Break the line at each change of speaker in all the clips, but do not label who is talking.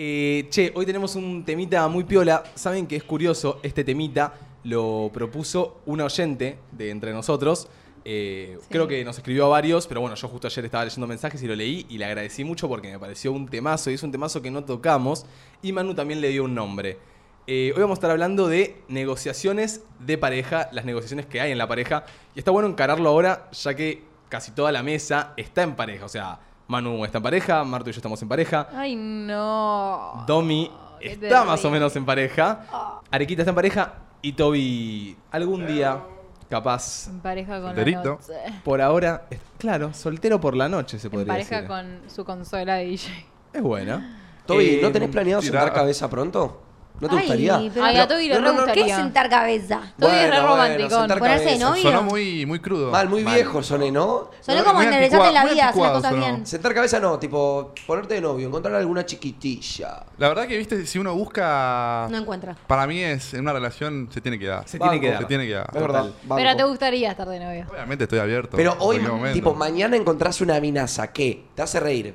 Eh, che, hoy tenemos un temita muy piola. Saben que es curioso, este temita lo propuso una oyente de entre nosotros. Eh,
Sí.
Creo que nos escribió a varios, pero bueno, yo justo ayer estaba leyendo mensajes y lo leí y le agradecí mucho porque me pareció un temazo y es un temazo que no tocamos. Y Manu también le dio un nombre. Eh, hoy vamos a estar hablando de negociaciones de pareja, las negociaciones que hay en la pareja. Y está bueno encararlo ahora, ya que casi toda la mesa está en pareja. O sea, Manu está en pareja, Marto y yo estamos en pareja.
Ay, no.
Domi
Ah, qué
está más o
terrible. Ah.
menos en pareja. Arequita está en pareja y Toby algún día, capaz,
En pareja con
Solterito.
la noche.
por ahora, es- claro, soltero por la noche se
En
podría
pareja
decir.
con su consola de DJ.
Es buena.
Toby, ¿no
Eh,
tenés planeado
tirar-
sentar cabeza pronto? ¿No te
Ay,
gustaría?
pero-
Ay, a Toby le re
¿Qué es
gustaría.
sentar cabeza?
Toby es re romanticón.
sentar
Ponerse de
cabeza.
novio.
Sonó muy, muy crudo.
Mal, muy viejo soné, ¿no?
Solo
Muy
como
anticuado,
enderezarte la
muy
vida, hacer las
anticuado
cosas
sonó.
bien.
Sentar cabeza no, tipo, ponerte de novio, encontrar alguna chiquitilla.
La verdad que, viste, si uno busca...
No encuentra.
Para mí es, en una relación se tiene que dar.
Se tiene que
Banco,
dar.
Se tiene que dar.
Es verdad. banco.
Pero te gustaría estar de novio.
Obviamente estoy abierto.
Pero
en
hoy,
cualquier momento.
tipo, mañana encontrás una amenaza que te hace reír.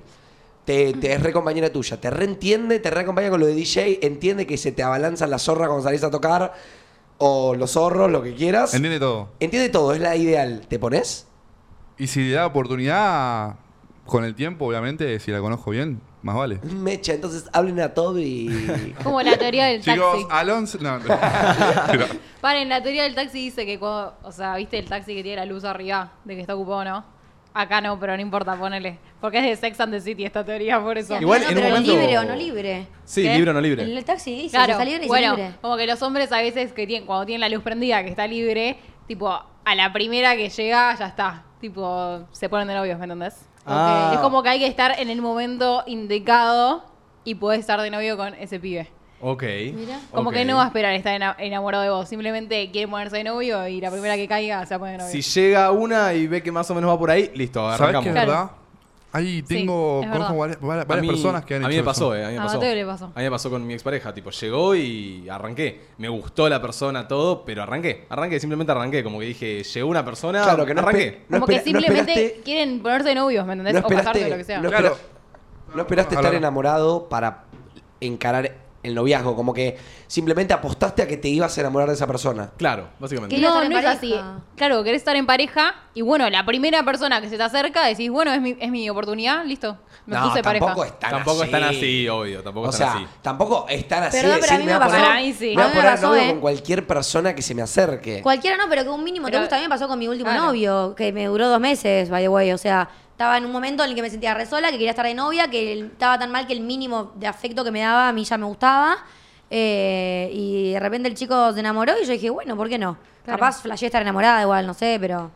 Te, te es re compañera tuya, te reentiende, te reacompaña con lo de DJ, entiende que se te abalanzan las zorras cuando salís a tocar, o los zorros, lo que quieras.
Entiende todo.
Entiende todo, es la ideal. ¿Te pones?
Y si le da oportunidad, con el tiempo, obviamente, si la conozco bien, más vale.
Mecha, entonces hablen a Toby.
Como la teoría del taxi.
Chicos,
ah.
Alonso... No, no. Pero,
Paren, la teoría del taxi dice que cuando. O sea, viste el taxi que tiene la luz arriba, de que está ocupado no. Acá no, pero no importa, ponele. Porque es de Sex and the City esta teoría, por eso.
Sí,
Igual,
no,
en un
pero
momento-
libre o no libre.
Sí,
¿Qué?
libre o no libre.
En el taxi dice,
Claro,
se está libre y
bueno,
se libre.
como que los hombres a veces que tienen, cuando tienen la luz prendida, que está libre, tipo, a la primera que llega, ya está. Tipo, se ponen de novios, ¿me entendés?
Ah.
Es como que hay que estar en el momento indicado y podés estar de novio con ese pibe.
Ok.
Mira.
Como
ok.
que no va a esperar estar ena- enamorado de vos, simplemente quiere ponerse de novio y la primera que caiga se va a poner de novio.
Si llega una y ve que más o menos va por ahí, listo,
¿Sabes qué es
arrancamos.
Claro.
verdad? Ahí tengo...
es
conozco
verdad.
varias, varias
A mí-
personas que han hecho
A mí me pasó,
eso.
¿eh? A mí me
A
pasó.
Mateo le pasó.
A mí me pasó con mi expareja. Tipo, llegó y arranqué. Me gustó la persona, todo, pero arranqué. Arranqué, simplemente arranqué. Como que dije, llegó una persona,
Claro, que no
arranqué.
espe- no
como que
espera- no
simplemente
esperaste-
quieren ponerse de novios, ¿me entendés?
No
o pasarse
esperaste,
lo que sea.
no,
Claro.
espera- no esperaste
Hablar.
estar enamorado para encarar el noviazgo, como que simplemente apostaste a que te ibas a enamorar de esa persona.
Claro, básicamente.
Quería
No,
estar en
no es así.
pareja.
Claro, querés estar en pareja y bueno, la primera persona que se te acerca decís, bueno, es mi, es mi oportunidad, listo. Me
no,
puse pareja.
tampoco es tan
Tampoco
así.
están así, obvio. Tampoco
O
están
sea,
así.
tampoco es tan así.
Perdón,
de
pero a
decir,
mí
me voy a
me pasó.
poner-
Para mí sí.
Me voy
A
a
mí me
poner
pasó,
novio
¿eh?
con cualquier persona que se me acerque.
Cualquiera no, pero que un mínimo
Pero-
te gusta. A mí me pasó con mi último
Claro.
novio, que me duró dos meses, by the way. O sea, estaba en un momento en el que me sentía re sola, que quería estar de novia, que el- estaba tan mal que el mínimo de afecto que me daba a mí ya me gustaba. Eh, y de repente el chico se enamoró y yo dije, bueno, ¿por qué no?
Claro.
Capaz flashé estar enamorada igual, no sé, pero...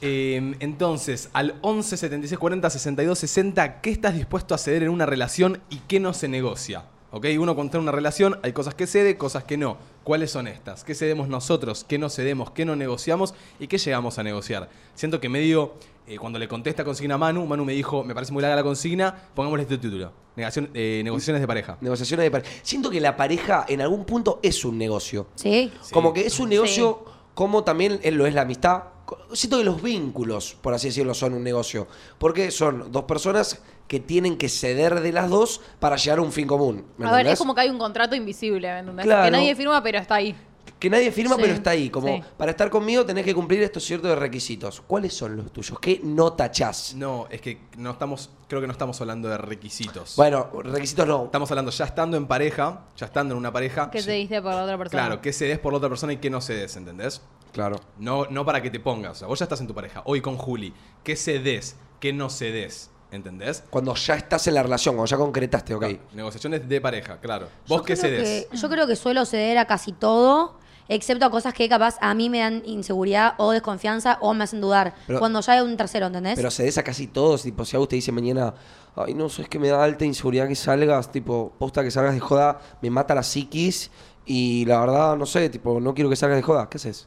Eh, entonces, al 11 76 40 62 60, ¿qué estás dispuesto a ceder en una relación y qué no se negocia? ¿Ok? Uno cuando está en una relación, hay cosas que cede, cosas que no. ¿Cuáles son estas? ¿Qué cedemos nosotros? ¿Qué no cedemos? ¿Qué no negociamos? ¿Y qué llegamos a negociar? Siento que medio, eh, cuando le contesta consigna a Manu, Manu me dijo, me parece muy larga la consigna, pongámosle este título. Negación, eh, negociaciones de pareja.
Negociaciones de pareja. Siento que la pareja en algún punto es un negocio.
Sí.
Como que es un negocio, como también eh, lo es la amistad. Co- Siento que los vínculos, por así decirlo, son un negocio. Porque son dos personas que tienen que ceder de las dos para llegar a un fin común. ¿me
A ver,
entendés?
es como que hay un contrato invisible, ¿me entendés?
Claro.
Que nadie firma, pero está ahí.
Que nadie firma,
Sí,
pero está ahí. Como
sí.
para estar conmigo tenés que cumplir estos ciertos requisitos. ¿Cuáles son los tuyos? ¿Qué no tachás?
No, es que no estamos, creo que no estamos hablando de requisitos.
Bueno, requisitos no.
Estamos hablando ya estando en pareja, ya estando en una
Ah,
pareja.
Que se diste por la otra persona.
Claro, que cedes por la otra persona y que no cedes, ¿entendés?
Claro.
No, no para que te pongas. O sea, vos ya estás en tu pareja, hoy con Juli. ¿Qué cedes? ¿Qué no cedes? ¿Entendés?
Cuando ya estás en la relación, cuando ya concretaste, ok.
Claro, negociaciones de pareja, claro. ¿Vos
Yo
qué
creo
cedes?
que- yo creo que suelo ceder a casi todo, excepto a cosas que capaz a mí me dan inseguridad o desconfianza o me hacen dudar.
Pero-
cuando ya hay un tercero, ¿entendés?
Pero cedes a casi todos. Tipo, si a vos te dice mañana, ay, no, es que me da alta inseguridad que salgas, tipo, posta que salgas de joda, me mata la psiquis y la verdad, no sé, tipo, no quiero que salgas de joda. ¿Qué haces?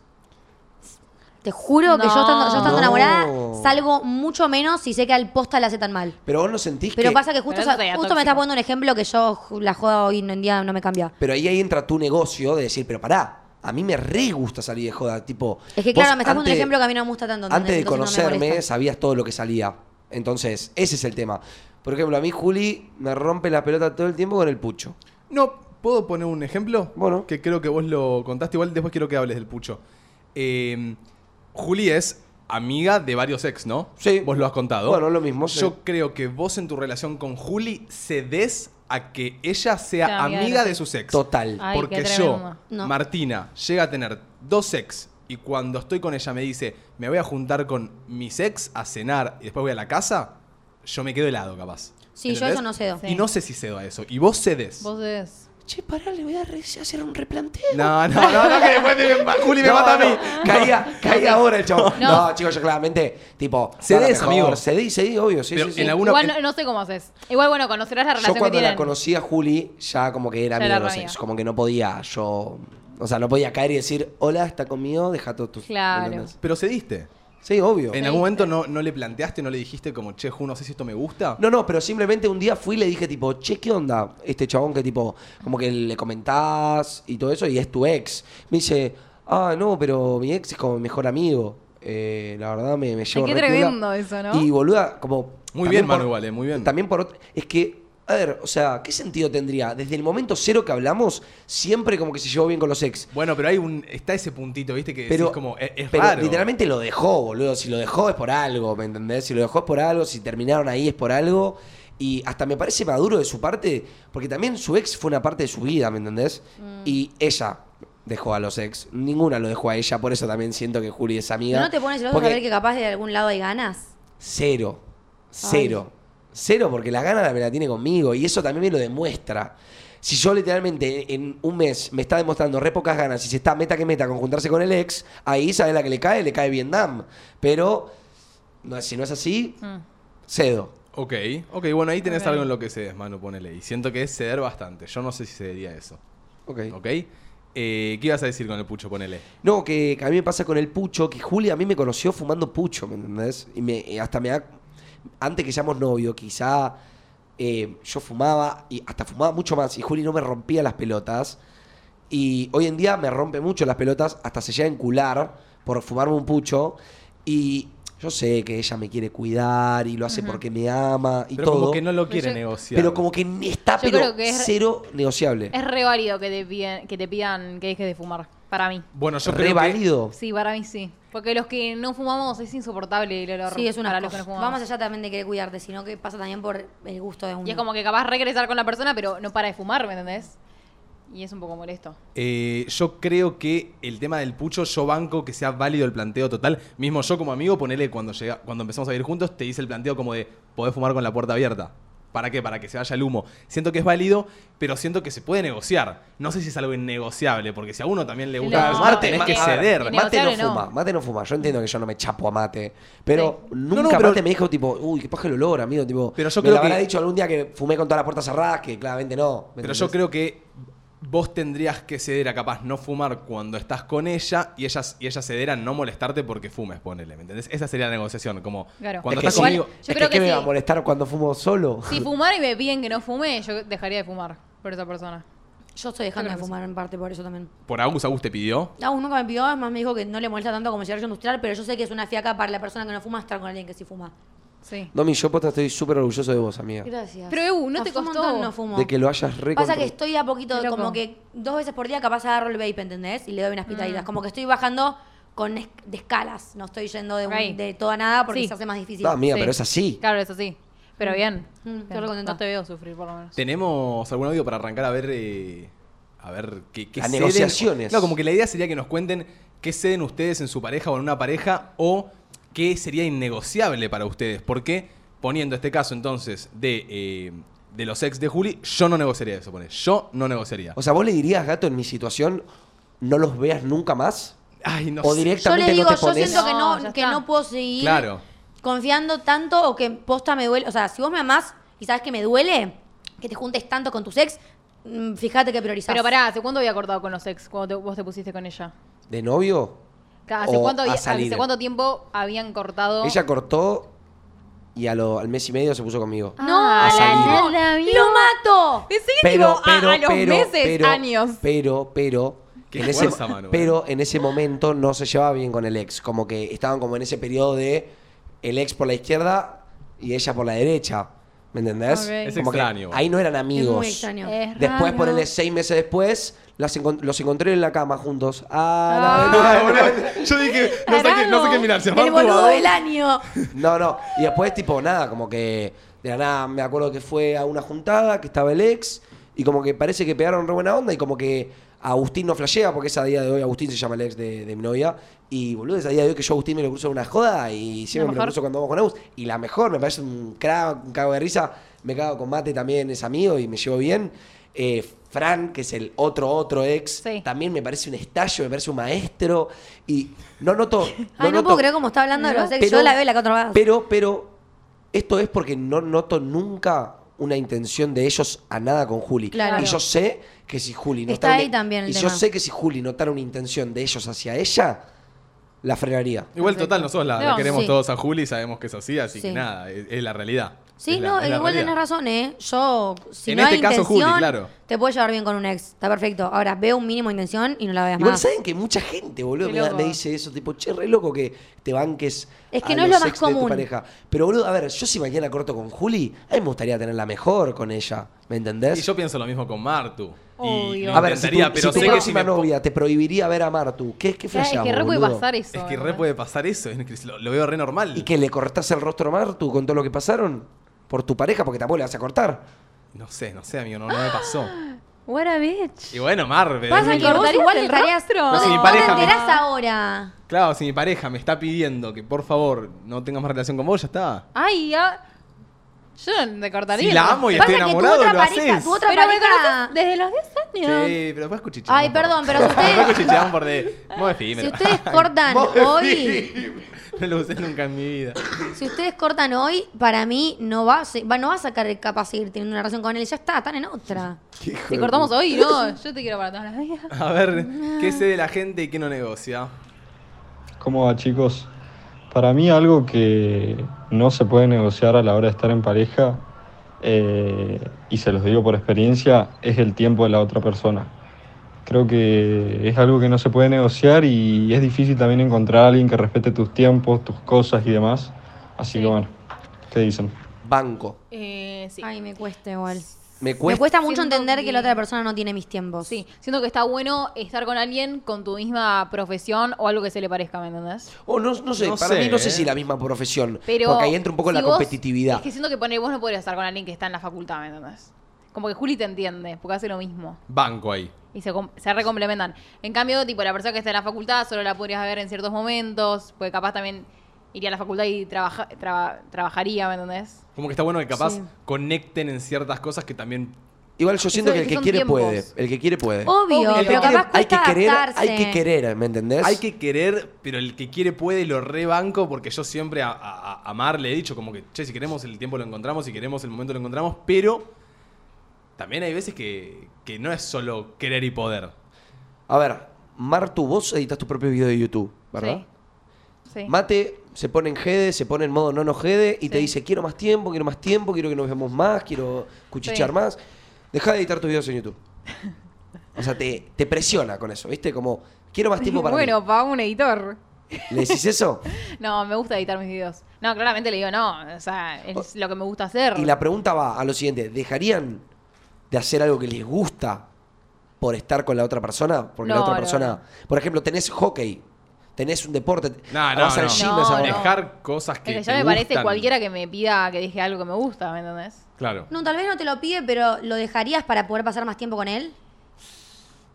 Te juro que yo estando, yo estando
No.
enamorada salgo mucho menos si sé que al posta le hace tan mal.
Pero vos no sentís
Pero
que...
pasa que justo,
Pero eso sería
justo
tóxico.
me estás poniendo un ejemplo que yo ju- la joda hoy en día no me cambia.
Pero ahí, ahí entra tu negocio de decir, pero pará, a mí me re gusta salir de joda. Tipo,
Es que
vos
claro, me estás poniendo
antes-
un ejemplo que a mí no me gusta tanto. ¿entendés?
Antes de
Entonces no me
conocerme,
molesta.
sabías todo lo que salía. Entonces, ese es el tema. Por ejemplo, a mí Juli me rompe la pelota todo el tiempo con el pucho.
No, ¿puedo poner un ejemplo?
Bueno.
Que creo que vos lo contaste, igual después quiero que hables del pucho. Eh, Juli es amiga de varios ex, ¿no?
Sí.
Vos lo has contado.
Bueno, lo mismo, sí.
Yo creo que vos en tu relación con Juli cedes a que ella sea
Sea amiga
amiga,
de los
de
ex.
sus ex.
Total.
Ay,
Porque
qué
yo,
tremendo.
No.
Martina, llega a tener dos ex y cuando estoy con ella me dice, me voy a juntar con mis ex a cenar y después voy a la casa, yo me quedo helado capaz.
Sí, yo eso no cedo.
Y no sé si cedo a eso. Y vos cedes.
Vos es.
Che, pará, le voy a re- hacer un replanteo.
No, no, no, no, que después me- ma- Juli me
No,
mata a
no,
mí.
Caía, caía ahora el chavo. No.
No.
chicos, yo claramente, tipo,
Cedés,
da la mejor,
amigo.
Cedí, cedí, obvio, sí,
Pero
sí, sí.
en la- Alguna-
Igual no, no sé cómo haces. Igual, bueno, conocerás la
Yo
relación que
cuando
tienen.
la conocí a Juli, ya como que era
Ya
amigo de
era
los
amiga.
ex. Como que no podía, yo. O sea, no podía caer y decir, hola, está conmigo, deja todo tu.
Claro.
¿entendés?
Pero cediste.
Sí, obvio.
En algún momento no, no le planteaste, no le dijiste como, che, Ju, no sé si esto me gusta.
No, no, pero simplemente un día fui y le dije, tipo, che, ¿qué onda? Este chabón que, tipo, como que le comentás y todo eso, y es tu ex. Me dice, ah, no, pero mi ex es como mi mejor amigo. Eh, la verdad me, me llevo
qué
re piola".
tremendo eso, ¿no?
Y boluda, como.
Muy
también
bien,
por-
Manu, vale, muy bien.
También por otro. Es que, a ver, o sea, ¿qué sentido tendría? Desde el momento cero que hablamos, siempre como que se llevó bien con los ex.
Bueno, pero hay un. está ese puntito, viste, que
Pero,
decís como, es, es
pero
raro.
literalmente lo dejó, boludo. Si lo dejó es por algo, ¿me entendés? Si lo dejó es por algo, si terminaron ahí es por algo. Y hasta me parece maduro de su parte, porque también su ex fue una parte de su vida, ¿me entendés?
Mm.
Y ella dejó a los ex. Ninguna lo dejó a ella, por eso también siento que Juli es amiga.
Pero no te pones celoso a
Porque
ver que capaz de algún lado hay ganas.
Cero. Cero. Cero, porque la gana me la tiene conmigo. Y eso también me lo demuestra. Si yo literalmente en un mes me está demostrando re pocas ganas y se está meta que meta con juntarse con el ex, ahí sabe la que le cae, le cae Vietnam. Pero no, si no es así,
Mm.
cedo.
Ok, ok, bueno, ahí tenés
Ok.
algo en lo que cedes, Manu, ponele. Y siento que es ceder bastante. Yo no sé si cedería eso.
Ok.
¿Ok? Eh, ¿Qué ibas a decir con el pucho, ponele?
No, que, que a mí me pasa con el pucho, que Juli a mí me conoció fumando pucho, ¿me entendés? Y me, eh, hasta me da... Antes que seamos novio, quizá eh, yo fumaba, y hasta fumaba mucho más, y Juli no me rompía las pelotas. Y hoy en día me rompe mucho las pelotas, hasta se llega a encular por fumarme un pucho. Y yo sé que ella me quiere cuidar y lo hace porque me ama y
Pero
todo.
como que no lo
Pero
quiere
yo-
negociar.
Pero como que ni está,
Yo
pero
creo que es-
cero negociable.
Es re válido que te, piden, que te pidan que dejes de fumar. Para mí.
Bueno, yo
re
creo que.
válido.
Sí, para mí sí. Porque los que no fumamos es insoportable el olor.
Sí, es una
para
cosa.
los que no fumamos.
Vamos allá también de querer cuidarte, sino que pasa también por el gusto de uno.
Y es como que capaz regresar con la persona, pero no para de fumar, ¿me entendés? Y es un poco molesto.
Eh, yo creo que el tema del pucho, yo banco que sea válido el planteo total. Mismo yo como amigo, ponele cuando, llega, cuando empezamos a vivir juntos, te hice el planteo como de podés fumar con la puerta abierta. ¿Para qué? Para que se vaya el humo. Siento que es válido, pero siento que se puede negociar. No sé si es algo innegociable, porque si a uno también le gusta
No,
fumar,
mate,
tenés
ma-
que
a ver,
ceder.
tiene-
Mate no
Negociable no.
fuma, mate no fuma. Yo entiendo que yo no me chapo a mate. Pero nunca
No, no, pero-
mate me dijo, tipo, uy, qué paja el olor, amigo. Tipo,
Pero yo
me lo
creo que-
habrá dicho algún día que fumé con todas las puertas cerradas, que claramente no. ¿me
Pero
entendés?
yo creo que vos tendrías que ceder a capaz no fumar cuando estás con ella y ella, y ella ceder a no molestarte porque fumes, ponele, ¿me entendés? Esa sería la negociación, como
Claro.
cuando
Es que
estás
igual-
conmigo...
Yo
es
creo
que, ¿qué
que
me
sí.
va a molestar cuando fumo solo.
Si fumar y me piden que no fume, yo dejaría de fumar por esa persona.
Yo estoy dejando
Yo
de
creo que
fumar en parte por eso también.
Por Agus, Agus te pidió.
Aún nunca me pidió, además me dijo que no le molesta tanto como cigarrillo industrial, pero yo sé que es una fiaca para la persona que no fuma estar con alguien que sí fuma.
Sí.
Domi, yo posta estoy súper orgulloso de vos, amiga.
Gracias.
Pero, Ebu, ¿no te
Hace un
costó?
montón no fumo.
De que lo hayas re
Pasa
contro-
que estoy a poquito,
Qué loco.
como que dos veces por día capaz agarro el vape, ¿entendés? Y le doy unas
Mm.
pitaditas. Como que estoy bajando con es- de escalas. No estoy yendo de, un-
Ok.
de todo a nada porque
Sí.
se hace más difícil.
No, amiga,
Sí.
pero es así.
Claro, eso sí. Pero bien.
Mm,
Bien. Ah.
estoy recontenta.
No te veo sufrir, por lo menos.
¿Tenemos algún audio para arrancar a ver eh, a ver qué, qué
Las
ceden?
negociaciones.
No, como que la idea sería que nos cuenten qué ceden ustedes en su pareja o en una pareja o qué sería innegociable para ustedes. Porque poniendo este caso entonces de, eh, de los ex de Juli, yo no negociaría eso, pone. Yo no negociaría.
O sea, vos le dirías, gato, en mi situación, no los veas nunca más.
Ay, no
o
sé.
Yo
directamente
le digo,
no te
yo
pones.
siento que no,
No, ya
que
está.
no puedo seguir
Claro.
confiando tanto o que posta me duele. O sea, si vos me amás y sabes que me duele que te juntes tanto con tus ex, mm, fíjate que priorizás.
Pero pará, ¿hace cuánto había cortado con los ex cuando te- vos te pusiste con ella?
¿De novio?
¿Hace
O
cuánto,
a
había-
salir.
¿Hace cuánto tiempo habían cortado?
Ella cortó y a lo- al mes y medio se puso conmigo.
No,
Ah,
la
no,
la vi.
lo mato.
¿En serio? Tipo, a- a, los meses,
pero,
años.
Pero, pero.
Qué
en ese,
fuerza, Manu, eh.
pero en ese momento no se llevaba bien con el ex. Como que estaban como en ese periodo de el ex por la izquierda y ella por la derecha. ¿Me entendés?
Ok. Es
Es
Como que
extraño.
ahí no eran amigos.
Es muy extraño.
Es
Después,
raro.
ponele seis meses después, las encon- los encontré en la cama juntos. Ah, la-
Ah, boludo. Yo dije, no sé qué, no sé qué mirar, si
El
Armando
boludo
Badó-
del año.
No, no. Y después, tipo, nada, como que de la nada me acuerdo que fue a una juntada, que estaba el ex, y como que parece que pegaron re buena onda, y como que Agustín no flashea, porque ese día de hoy Agustín se llama el ex de, de mi novia, y boludo, ese día de hoy que yo a Agustín me lo cruzo en una joda, y siempre
La
me lo
mejor.
cruzo cuando vamos con Agus, y la mejor, me parece un, cra- un cago de risa, me cago con Mate también, es amigo, y me llevo bien. Eh, Fran, que es el otro, otro ex,
Sí.
también me parece un estallo, me parece un maestro, y no noto...
Ay, no
noto-
puedo creer cómo está hablando de los ex. Yo la veo y la que otra va.
pero, pero, esto es porque no noto nunca una intención de ellos a nada con Juli.
Claro.
Y yo sé que si Juli no
Está ahí también el
Y yo
tema.
sé que si Juli notara una intención de ellos hacia ella, la frenaría.
Igual, total, nosotros la, la
No,
queremos
sí.
todos a Juli, sabemos que es así, así que
Sí.
nada, es, es la realidad.
Sí,
Es la-
no,
es la
igual tenés
realidad.
razón, ¿eh? Yo, si
En
no
este
hay
caso, Juli,
intención,
claro.
te puedes llevar bien con un ex. Está perfecto. Ahora, veo un mínimo de intención y no la veas
Igual
más.
saben que mucha gente, boludo,
Qué
me, da-
loco.
me dice eso, tipo, che, re loco que te banques.
Es que
a
no es
los
lo más
ex de tu
común.
pareja. Pero, boludo, a ver, yo si mañana corto con Juli, a mí me gustaría tenerla mejor con ella. ¿Me entendés?
Y yo pienso lo mismo con Martu. Y
Obvio.
lo
a ver, si tu,
intentaría,
si
pero
tu
sé que si
próxima
me po-
novia te prohibiría ver a Martu, ¿qué, qué
Claro, es
flasheamos,
que re puede
boludo?
pasar eso.
Es que re
¿verdad?
puede pasar eso, es que lo, lo veo re normal.
¿Y que le cortás el rostro a Martu con todo lo que pasaron? Por tu pareja, porque tampoco le vas a cortar.
No sé, no sé, amigo, no, no me pasó.
What a bitch.
Y bueno, Mar, me-
Pasa
Pasa
me-
que cortar igual el rastro.
rastro.
No, si mi
te
pareja me-
enterás ahora.
claro, si mi pareja me está pidiendo que por favor no tengas más relación con vos, ya está.
Ay, ya. Yo no te cortaría.
Si la amo y
Pasa
estoy
que tu
enamorado,
otra
lo
pareja-
haces.
tu otra
Pero me
pareja-
conoces desde los 10 años.
Sí, pero después cuchicheamos.
Ay,
por-
perdón, pero si
Después
ustedes,
cuchicheamos por de. Vos
si
efímero.
ustedes cortan hoy,
No lo usé nunca en mi vida.
si ustedes cortan hoy, para mí no va, a se- va- no va a sacar el capaz seguir teniendo una relación con él. Ya está, están en otra.
Si cortamos hoy, no. Yo te quiero para todas las vidas.
A ver, ¿qué sé de la gente y qué no negocia?
¿Cómo va, chicos? Para mí algo que no se puede negociar a la hora de estar en pareja, eh, y se los digo por experiencia, es el tiempo de la otra persona. Creo que es algo que no se puede negociar y es difícil también encontrar a alguien que respete tus tiempos, tus cosas y demás. Así
Sí.
que bueno, ¿qué dicen?
Banco.
Eh, sí.
Ay, me cuesta igual.
Me
Me
cuesta.
cuesta mucho
Siento
entender que la
que-
otra persona no tiene mis tiempos.
Sí, siento que está bueno estar con alguien con tu misma profesión o algo que se le parezca, ¿me entendés?
Oh, no, no sé,
No
para
sé,
mí no sé
eh.
si la misma profesión.
Pero
porque ahí entra un poco
si
la
vos-
competitividad.
Es que siento que poner vos no podrías estar con alguien que está en la facultad, ¿me entendés? Como que Juli te entiende, porque hace lo mismo.
Banco ahí.
Y se, com- se recomplementan. En cambio, tipo, la persona que está en la facultad solo la podrías ver en ciertos momentos, porque capaz también iría a la facultad y trabaja, traba- trabajaría, ¿me entendés?
Como que está bueno que capaz
Sí.
conecten en ciertas cosas que también.
Igual yo siento
Eso
que
es
el
que
que
son
quiere
tiempos.
puede. El que quiere puede.
Obvio,
El que
pero
quiere-
capaz
hay que
cuesta
querer,
adaptarse.
hay que querer, ¿me entendés?
Hay que querer, pero el que quiere puede lo rebanco, porque yo siempre a, a- a Mar le he dicho como que, che, si queremos el tiempo lo encontramos, si queremos el momento lo encontramos, pero también hay veces que, que no es solo querer y poder.
A ver, Martu, vos editas tu propio video de YouTube, ¿verdad?
Sí. Sí.
Mate se pone en jede, se pone en modo no nos jede y te
Sí.
dice, quiero más tiempo, quiero más tiempo, quiero que nos veamos más, quiero cuchichear
Sí.
más. Deja de editar tus videos en YouTube. O sea, te, te presiona con eso, ¿viste? Como, quiero más tiempo para mí".
bueno, paga un editor.
¿Le decís eso?
No, me gusta editar mis videos. No, claramente le digo no. O sea, es lo que me gusta hacer.
Y la pregunta va a lo siguiente, ¿dejarían de hacer algo que les gusta por estar con la otra persona? Porque la
No,
otra
no,
persona, por ejemplo, tenés hockey, tenés un deporte,
No, no,
vas al
no.
gym a esa
No,
hora.
no.
Dejar cosas que.
Es que ya
te
me parece
gustan.
cualquiera que me pida que deje algo que me gusta, ¿me entendés?
Claro.
No, tal vez no te lo pide, pero ¿lo dejarías para poder pasar más tiempo con él?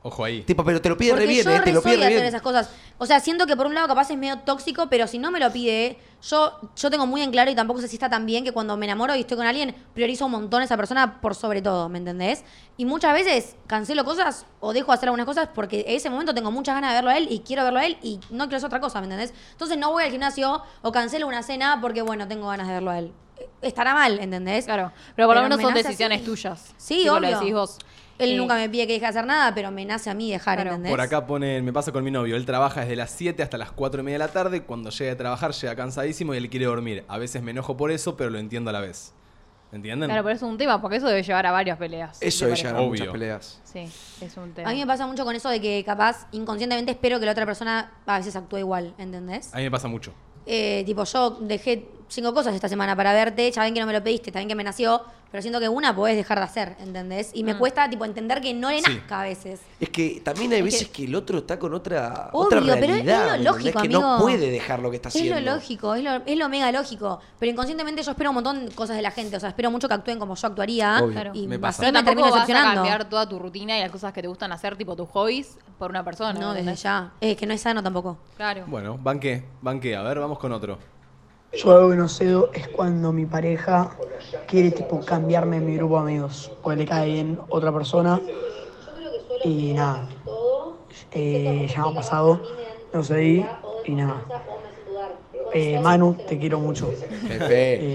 Ojo ahí.
Tipo, pero te lo pide
Porque
re bien,
yo
eh, te lo
soy
pide
de
re
hacer
bien.
esas cosas. O sea, siento que por un lado capaz es medio tóxico, pero si no me lo pide, yo, yo tengo muy en claro y tampoco sé si está tan bien que cuando me enamoro y estoy con alguien, priorizo un montón a esa persona por sobre todo, ¿me entendés? Y muchas veces cancelo cosas o dejo de hacer algunas cosas porque en ese momento tengo muchas ganas de verlo a él y quiero verlo a él y no quiero hacer otra cosa, ¿me entendés? Entonces no voy al gimnasio o cancelo una cena porque, bueno, tengo ganas de verlo a él. Estará mal, ¿entendés?
Claro. Pero por lo menos
me
son
nace
decisiones
así.
tuyas.
Sí,
Tipo,
obvio.
Lo decís vos.
Él
Eh,
nunca me pide que deje de hacer nada, pero me nace a mí dejar,
Claro.
¿entendés?
Por acá pone, me pasa con mi novio, él trabaja desde las 7 hasta las 4 y media de la tarde, cuando llega a trabajar llega cansadísimo y él quiere dormir. A veces me enojo por eso, pero lo entiendo a la vez. ¿Entienden?
Claro, pero eso es un tema, porque eso debe llevar a varias peleas.
Eso
me
es llegar a
parece.
Obvio.
muchas peleas.
Sí, es un tema.
A mí me pasa mucho con eso de que capaz inconscientemente espero que la otra persona a veces actúe igual, ¿entendés?
A mí me pasa mucho.
eh, tipo, yo dejé cinco cosas esta semana para verte, ya ven que no me lo pediste, está bien que me nació, pero siento que una podés dejar de hacer, ¿entendés? Y
Mm.
me cuesta, tipo, entender que no le
Sí.
nazca a veces.
Es que también hay veces que el otro está con otra,
Obvio,
Ah, otra
pero es- es
realidad.
lo
¿me
lógico,
entendés? que no
amigo.
puede dejar lo que está haciendo.
Es lo lógico, es lo, es lo mega lógico. Pero inconscientemente yo espero un montón de cosas de la gente. O sea, espero mucho que actúen como yo actuaría.
Obvio.
Claro.
Y
Me
me
pasa.
así
Pero
me
tampoco
termino
vas a
decepcionando.
cambiar toda tu rutina y las cosas que te gustan hacer, tipo tus hobbies, por una persona.
No, desde
¿entendés?
ya. Es que no es sano tampoco.
Claro.
Bueno, banqué, banqué. A ver, vamos con otro.
Yo algo que no cedo es cuando mi pareja quiere tipo cambiarme mi grupo de amigos, porque le cae bien otra persona. Y nada, eh, ya me ha pasado, no cedí y nada. Eh, Manu, te quiero mucho.
Jefe,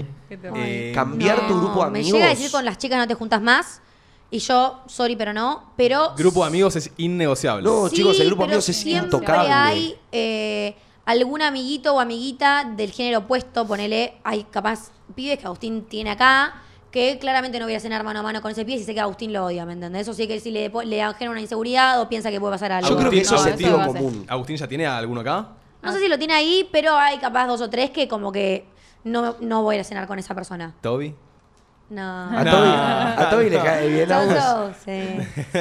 Eh,
¿Qué te-
Eh,
cambiar tu
No,
grupo de
Me
amigos.
llega a decir con las chicas no te juntas más. Y yo, sorry, pero no. Pero.
Grupo de amigos es innegociable.
No, chicos, el grupo de
pero
amigos es
siempre
intocable.
hay eh, algún amiguito o amiguita del género opuesto, ponele, hay capaz pibes que Agustín tiene acá, que claramente no voy a cenar mano a mano con ese pibe si sé que Agustín lo odia, ¿me entendés? O sí que si le, po- le genera una inseguridad o piensa que puede pasar algo.
Yo creo que
Agustín,
eso es
no,
sentido
eso lo hace.
común.
¿Agustín ya tiene a alguno acá?
No sé si lo tiene ahí, pero hay capaz dos o tres que como que no, no voy a ir a cenar con esa persona.
¿Toby?
No.
A Toby, a Toby le cae bien a
Son
vos.
todos, sí, sí, sí, sí.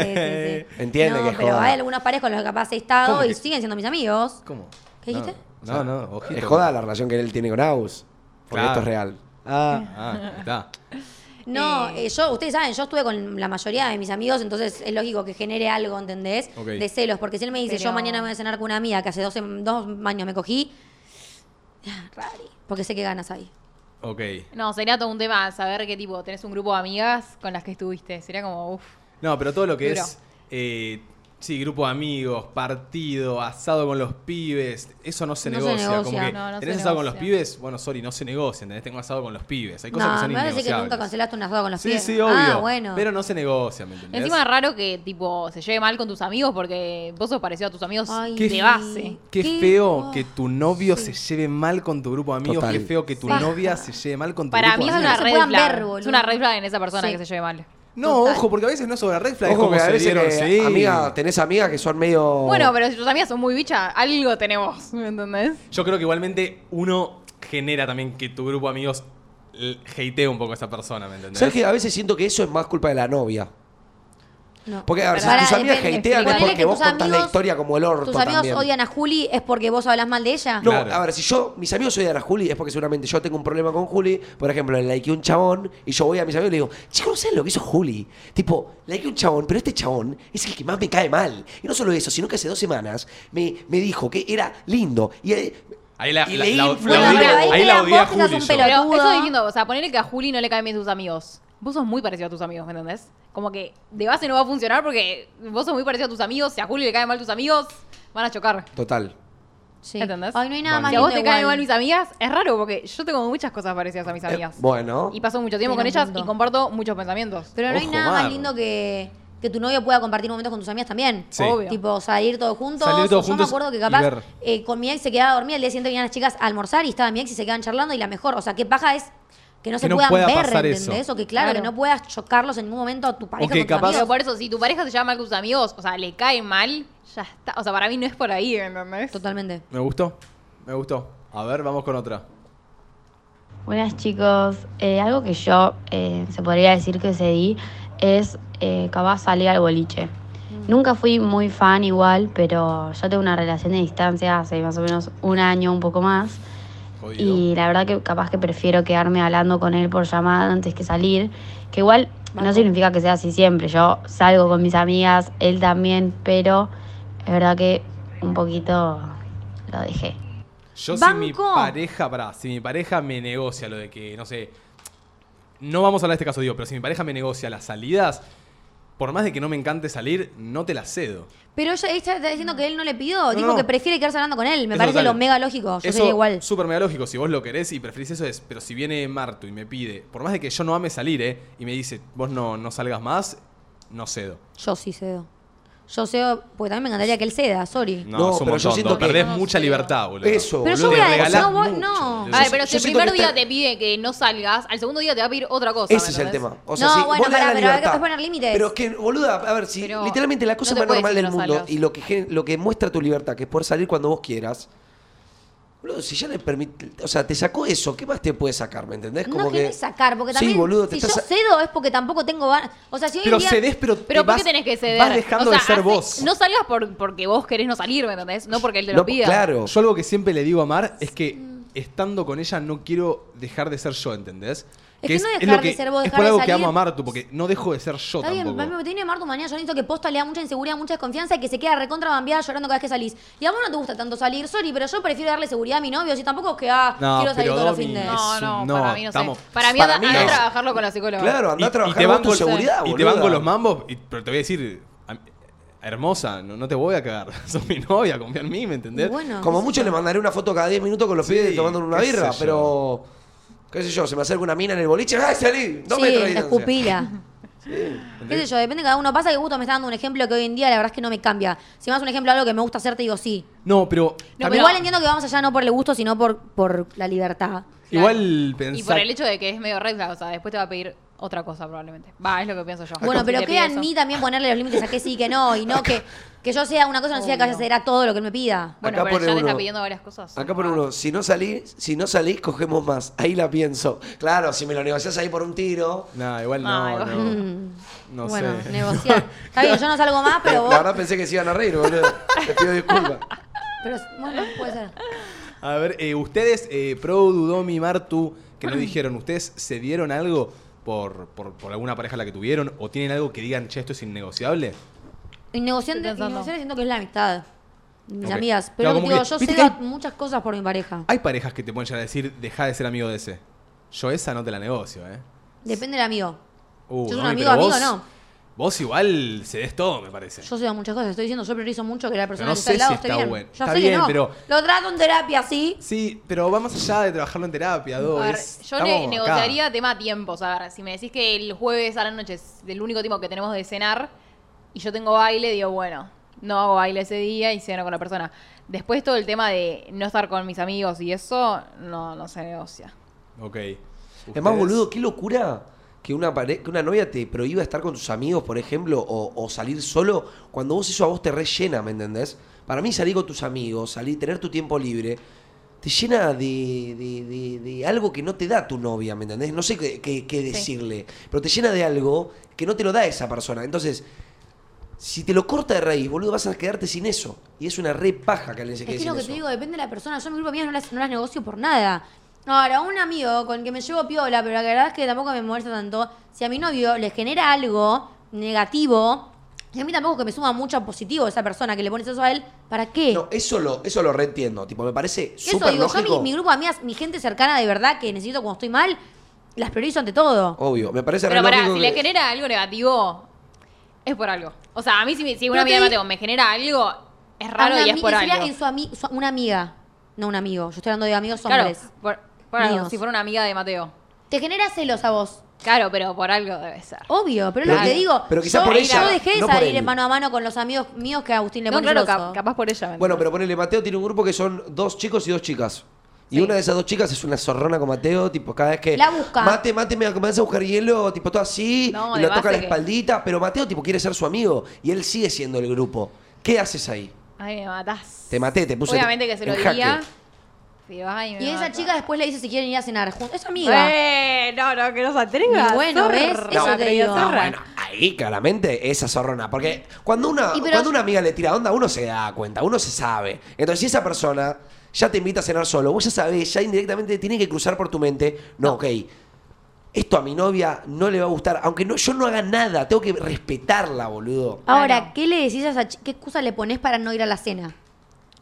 Entiende
No,
que es
pero
joda.
hay algunos pares con los que capaz he
¿Cómo
estado
que-
y siguen siendo mis amigos.
¿Cómo?
¿Qué dijiste?
No, no, no ojito.
Es joda la relación que él tiene con Agus. Porque
Claro.
esto es real.
Ah, está.
No,
Eh,
eh, yo, ustedes saben, yo estuve con la mayoría de mis amigos, entonces es lógico que genere algo, ¿entendés?
Ok.
De celos, porque si él me dice,
Pero-
yo mañana me voy a cenar con una amiga que hace 12 dos años me cogí, ah, rari, porque sé que ganas ahí.
Ok.
No, sería todo un tema saber qué tipo, tenés un grupo de amigas con las que estuviste. Sería como, uff.
No, pero todo lo que
Duro.
es. eh, sí, grupo de amigos, partido, asado con los pibes. Eso no se
No se
negocia.
negocia,
como que
no, no se
tenés asado con los
negocia.
pibes, bueno, sorry, no se negocia. ¿entendés? Tengo asado con los pibes. Hay
No,
cosas que son
me parece que nunca
innegociables.
cancelaste una soda con los
Sí,
pies.
sí, obvio.
Ah, bueno.
Pero no se negocia, ¿me entendés?
Encima es raro que tipo se lleve mal con tus amigos porque vos sos parecido a tus amigos
Ay,
Qué
de
f-
base.
Qué,
qué-
feo
oh,
que tu novio se lleve mal con tu grupo de amigos.
Total.
Qué feo que tu
Baja.
novia se lleve mal con tu
Para
grupo
mí es
de
amigos.
una
No se
amigos.
red flag.
puedan ver, boludo.
es una red flag en esa persona
Sí.
que se lleve mal.
No,
Total.
ojo, porque a veces no es sobre red flag. es
Ojo
como
que a
se
veces
dieron,
que,
sí.
eh, amiga, tenés amigas que son medio.
Bueno, pero si tus amigas son muy bichas, algo tenemos, ¿me entendés?
Yo creo que igualmente uno genera también que tu grupo de amigos l- hatee un poco a esa persona, ¿me entendés?
¿Sabes que a veces siento que eso es más culpa de la novia?
No.
Porque a ver,
Pará,
si tus amigas
depende.
hatean es
Ponele
porque
que
vos
tus
contás la
amigos-
historia como el orto.
¿Tus amigos
también.
odian a Juli? ¿Es porque vos hablás mal de ella?
No,
Claro.
a ver, si yo, mis amigos odian a Juli, es porque seguramente yo tengo un problema con Juli. Por ejemplo, le likeé un chabón y yo voy a mis amigos y le digo, chicos, ¿no saben lo que hizo Juli? Tipo, likeé un chabón, pero este chabón es el que más me cae mal. Y no solo eso, sino que hace dos semanas me, me dijo que era lindo. Y eh,
Ahí la,
Y
la-
le
la-
infla-
la
Bueno,
odié-
pero
ahí la
ahí quedan
odié a
vos que sos
Juli
un
yo.
pelotón.
Pero
Pelotudo.
eso diciendo, o sea, ponerle que a Juli no le caen bien tus amigos. Vos sos muy parecido a tus amigos, ¿me entendés? Como que de base no va a funcionar porque vos sos muy parecido a tus amigos. Si a Juli le caen mal tus amigos, van a chocar.
total.
Sí.
¿Entendés?
Ay, no hay nada
Si
más
a vos
lindo
te caen
igual.
mal mis amigas, es raro porque yo tengo muchas cosas parecidas a mis amigas.
Eh, Bueno.
Y paso mucho tiempo
Tiene
con
un
ellas
punto.
y comparto muchos pensamientos.
Pero no hay
Ojo,
nada
Mar.
más lindo que, que tu novio pueda compartir momentos con tus amigas también.
Sí.
Obvio.
Tipo, salir todos juntos.
Salir todos
Yo
juntos
me acuerdo que
y
capaz
ver.
eh, con mi ex se quedaba dormida, el día siguiente venían las chicas a almorzar y estaba mi ex y se quedaban charlando y la mejor, o sea, qué paja es que no se
no
puedan
pueda
ver,
pasar eso.
¿entendés? O que claro,
Claro.
que no puedas chocarlos en ningún momento a tu pareja
O que
con tus
capaz-
Pero
amigos.
por eso, si tu pareja se lleva mal con tus amigos, o sea, le cae mal, ya está. O sea, para mí no es por ahí, ¿entendés?
Totalmente.
Me gustó, me gustó. A ver, vamos con otra.
Buenas chicos, Eh, algo que yo eh, se podría decir que cedí es eh, capaz salir al boliche. Nunca fui muy fan igual, pero yo tengo una relación de distancia hace más o menos un año, un poco más.
Jodido.
Y la verdad que capaz que prefiero quedarme hablando con él por llamada antes que salir. Que igual no significa que sea así siempre. Yo salgo con mis amigas, él también, pero es verdad que un poquito lo dejé.
Yo si mi
Banco.
pareja, pará, si mi pareja me negocia lo de que, no sé, no vamos a hablar de este caso yo, pero si mi pareja me negocia las salidas, por más de que no me encante salir, no te las cedo.
Pero ella, ella está diciendo que él no le pidió, dijo
no.
que prefiere quedarse hablando con él. Me
Eso
parece
total.
lo mega lógico. Yo
Eso,
sería igual.
Súper mega lógico, si vos lo querés y preferís eso es, pero si viene Martu y me pide, por más de que yo no ame salir, eh, y me dice, vos no, no salgas más, no cedo.
Yo sí cedo. Yo cedo, porque también me encantaría que él ceda, sorry.
No,
No,
es un
pero yo
montón,
siento
no,
que-
perdés
No
mucha
cedo.
libertad, boludo.
Eso,
Pero yo
boludo,
voy
te
a
regalás
no, vos
mucho.
no.
Yo
A ver,
si-
pero
yo
si el
siento
primer
que
día
está-
te pide que no salgas, al segundo día te va a pedir otra cosa.
Ese
¿me
es el
entendés?
tema. O sea,
No,
si
bueno,
vos le das
pará,
la
pero hay que
libertad-
poner límites.
Pero es que, boluda, a ver, si
Pero
literalmente la cosa
no te
más
puedes
normal
ir
del
los
mundo
alos.
y lo que, gen- lo que muestra tu libertad, que es poder salir cuando vos quieras, Boludo, si ya le permite. O sea, te sacó eso, ¿qué más te puede sacar? ¿Me entendés?
No querés sacar, porque también.
Sí, boludo, te
si
estás.
yo cedo es porque tampoco tengo ganas. O sea, si hoy en
Pero
día-
cedes, pero, te
Pero ¿por
vas,
qué tenés que ceder?
vas dejando
O sea,
de ser
hace-
vos.
No salgas por, porque vos querés no salir, ¿me entendés? No porque él te lo
No,
pida.
claro.
Yo algo que siempre le digo a Mar es que estando con ella no quiero dejar de ser yo, ¿entendés?
Es que no dejar de ser vos,
Es
dejar
por
de
algo que
salir.
amo a Mar, tú, porque no dejo de ser yo
Está bien,
tampoco.
mami, me tiene Marta mañana. Yo necesito que posta le da mucha inseguridad, mucha desconfianza y que se queda recontra bambeada llorando cada vez que salís. Y a vos no te gusta tanto salir, sorry, pero yo prefiero darle seguridad a mi novio. Si tampoco es que ah,
No,
quiero salir
pero
todos los
Domi,
fines.
No,
Es
no,
un-
para
no,
mí no
estamos-
sé. Para mí
para
anda-
mí
anda a
no.
trabajarlo con la psicóloga.
Claro, andá a trabajar vos tu
con-
seguridad,
y te van
boluda.
con los mambos, y- pero te voy a decir, am- hermosa, no, no te voy a cagar. Sos mi novia, confía en mí, ¿me
Y
entendés?
bueno,
Como
qué sé
mucho
yo.
le mandaré una foto cada 10 minutos con los
Sí,
pibes tomando una
qué sé
birra,
yo.
pero. ¿Qué sé yo? Se me acerca una mina en el boliche. ¡Ay, salí! Dos metros
sí,
de
la
distancia.
escupila. Qué sé yo, depende de cada uno. Pasa que justo me está dando un ejemplo que hoy en día la verdad es que no me cambia. Si me das un ejemplo de algo que me gusta hacer, te digo sí.
No, pero
No,
Pero
pero-
igual entiendo que vamos allá no por el gusto, sino por, por la libertad.
igual
Y por
pensar...
el hecho de que es medio red flag, o sea, después te va a pedir otra cosa probablemente. Va, es lo que pienso yo.
Bueno,
Si
pero
te
queda
pide
en
eso.
mí también ponerle los límites a que sí, que no, y no que, que yo sea una cosa, no sea que vaya a ceder a todo lo que él me pida.
Bueno,
Acá
pero
pone
ya te
uno-
está pidiendo varias cosas.
Acá por uno, si no salís, si no salís, cogemos más. Ahí la pienso. Claro, si me lo negociás ahí por un tiro.
No, igual
No,
no, no.
igual-
Mm.
No
bueno,
sé.
negociar. Está bien, yo no salgo más, Ah, pero vos.
La verdad pensé que se iban a reír, boludo. Te pido disculpas.
Pero bueno, puede ser.
A ver, eh, ustedes, eh, Produ, Domi, Martu, que no dijeron, ¿ustedes se dieron algo por, por, por alguna pareja a la que tuvieron? ¿O tienen algo que digan, che, esto es innegociable?
Innegociante,
Estoy pensando.
innegociable siento que es la amistad. Mis
Ok.
amigas.
Claro,
Pero
como
digo,
que-
yo
viste
cedo
que hay-
muchas cosas por mi pareja.
Hay parejas que te pueden llegar a decir, deja de ser amigo de ese. Yo esa no te la negocio, ¿eh?
Depende del amigo.
Uh,
Yo soy un
Domi,
amigo,
pero
amigo,
vos-
no.
Vos igual cedes todo, me parece.
Yo cedo muchas cosas. Estoy diciendo, yo priorizo mucho que la persona
no
que está al
sé
lado
si
esté
está
bien.
bueno.
Yo
Está
sé que
bien,
no.
pero-
Lo trato en terapia, sí.
Sí, pero vamos allá de trabajarlo en terapia,
A
dos.
ver,
es-
yo
estamos
ne-
acá.
negociaría tema tiempo, o sea, a ver, si me decís que el jueves a la noche es el único tiempo que tenemos de cenar y yo tengo baile, digo, bueno, no hago baile ese día y ceno con la persona. Después todo el tema de no estar con mis amigos y eso, no, no se negocia.
Ok.
Es más,
Ustedes-
boludo, qué locura que una, pare- que una novia te prohíba estar con tus amigos, por ejemplo, o, o salir solo, cuando vos eso a vos te rellena, ¿me entendés? Para mí salir con tus amigos, salir, tener tu tiempo libre, te llena de, de- de- de algo que no te da tu novia, ¿me entendés? No sé qué, qué- qué decirle, pero te llena de algo que no te lo da esa persona. Entonces, si te lo corta de raíz, boludo, vas a quedarte sin eso. Y es una re paja que alguien se quede
Es que
sin
lo que
eso.
te digo, depende de la persona. Yo en mi grupo de amigas no las, no las negocio por nada. Ahora, un amigo con el que me llevo piola, pero la verdad es que tampoco me molesta tanto, si a mi novio le genera algo negativo, y a mí tampoco que me suma mucho positivo esa persona que le pones eso a él, ¿para qué?
No, eso lo, eso lo reentiendo. Tipo, me parece
eso
súper
digo,
lógico.
yo mi, mi grupo de amigas, mi gente cercana de verdad que necesito cuando estoy mal, las priorizo ante todo.
Obvio, me parece
Pero
re
pará,
lógico
si
que-
le genera algo negativo, es por algo. O sea, a mí si, me- si una
Pero
amiga
te
de
di-
Mateo me genera algo, es
A
raro
una
y es
ami-
por
sería
algo.
en su ami- su- una amiga, no un amigo. Yo estoy hablando de amigos
Claro,
hombres.
por, por algo,
Míos.
si fuera una amiga de Mateo.
Te genera celos a vos.
Claro, pero por algo debe ser.
Obvio, pero, lo
Pero
que
que-
te digo,
pero quizá
yo, eh,
por ella,
yo dejé de
no por
salir
él.
mano a mano con los amigos míos que a Agustín le
no,
pone
claro,
celoso.
cap- capaz por ella. ¿me
Bueno, pero
entendés?
ponele, Mateo tiene un grupo que son dos chicos y dos chicas. Y una de esas dos chicas es una zorrona con Mateo, tipo, cada vez que.
La busca.
Mate, mate, me comienza a buscar hielo, tipo, todo así.
No,
y
de
lo toca
base
la
que-
espaldita. Pero Mateo, tipo, quiere ser su amigo. Y él sigue siendo el grupo. ¿Qué haces ahí?
Ay, me matás.
Te maté, te puse
Obviamente que se lo
en jaque.
diría. Digo, ay, me
Y esa
mata.
chica después le dice si quieren ir a cenar juntos. Es amiga.
Eh, no, no, que no se
Y
atreva.
bueno,
zorra.
¿ves? Eso te
atrevida,
digo.
zorra.
Bueno, ahí claramente esa zorrona. Porque cuando una,
Y pero-
cuando una amiga le tira onda, uno se da cuenta, uno se sabe. Entonces, si esa persona ya te invita a cenar solo, vos ya sabés, ya indirectamente tiene que cruzar por tu mente. No, ok. Esto a mi novia no le va a gustar, aunque no, yo no haga nada, tengo que respetarla, boludo.
Ahora,
Claro.
¿qué le decís a esa chica? ¿Qué excusa le pones para no ir a la cena?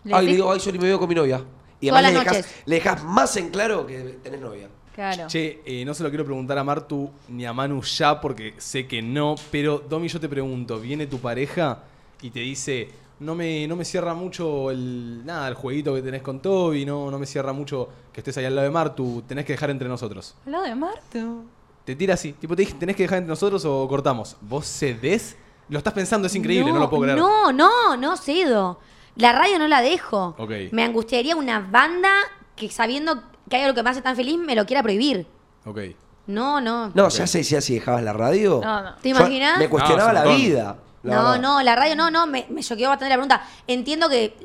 Le
Ay, le
decís-
digo, ay, sorry, me veo con mi novia. Y además le
Todas las
dejas,
noches.
le dejas más en claro que tenés novia.
Claro.
Che, eh, no se lo quiero preguntar a Martu ni a Manu ya porque sé que no, pero Domi, yo te pregunto, viene tu pareja y te dice, no me, no me cierra mucho el, nada, el jueguito que tenés con Toby, no, no me cierra mucho que estés ahí al lado de Martu, tenés que dejar entre nosotros.
Al lado de Marto.
Te tira así, tipo te dije, tenés que dejar entre nosotros o cortamos. ¿Vos cedes? Lo estás pensando, es increíble, no, lo puedo creer.
No, no, no cedo. La radio no la dejo.
Ok.
Me angustiaría una banda que sabiendo que hay algo que me hace tan feliz me lo quiera prohibir.
Ok.
No, no.
No, ya se decía si dejabas la radio.
No, no.
¿Te
Yo
imaginas?
Me cuestionaba
No, es un
la
montón.
vida. la
No,
verdad.
no, la radio no, no, me, me choqueó bastante la pregunta. Entiendo que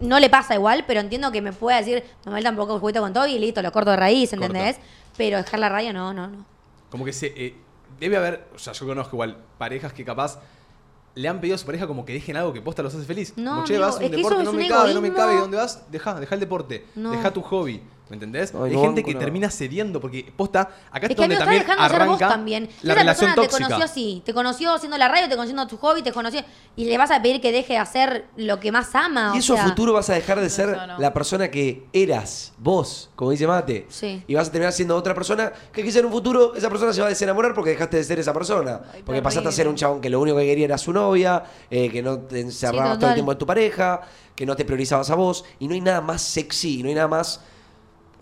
no le pasa igual, pero entiendo que me pueda decir, no me tampoco el juguito con todo y listo, lo corto de raíz,
Corta.
¿entendés? Pero dejar la radio, no, no, no.
Como que se. eh, debe haber. O sea, yo conozco igual parejas que capaz. Le han pedido a su pareja como que dejen algo que posta los hace feliz. Como,
No, amigo,
vas a
es que eso
no
es
me
un
cabe, no me
egoísmo.
cabe. ¿Y dónde vas? Deja, deja el deporte.
No.
Deja tu hobby. ¿Me entendés? Hay
Ay, no
gente
banco
que
nada.
termina cediendo porque posta. Acá es,
Es que
donde
amigo, estás
también
dejando de ser
arranca
vos también. Si
la
otra
relación
persona
tóxica.
te conoció así, te conoció haciendo la radio, te conoció tu hobby, te conoció. Y le vas a pedir que deje de hacer lo que más
Y
ama. Ah, o
eso a
sea,
futuro vas a dejar de
No,
ser
no, no.
la persona que eras, vos, como dice Mate.
Sí.
Y vas a terminar siendo otra persona que quizá en un futuro esa persona se va a desenamorar porque dejaste de ser esa persona.
Ay,
porque pasaste
terrible.
a ser un chabón que lo único que quería era su novia, eh, que no te encerrabas todo el
total.
tiempo en tu pareja, que no te priorizabas a vos. Y no hay nada más sexy, y no hay nada más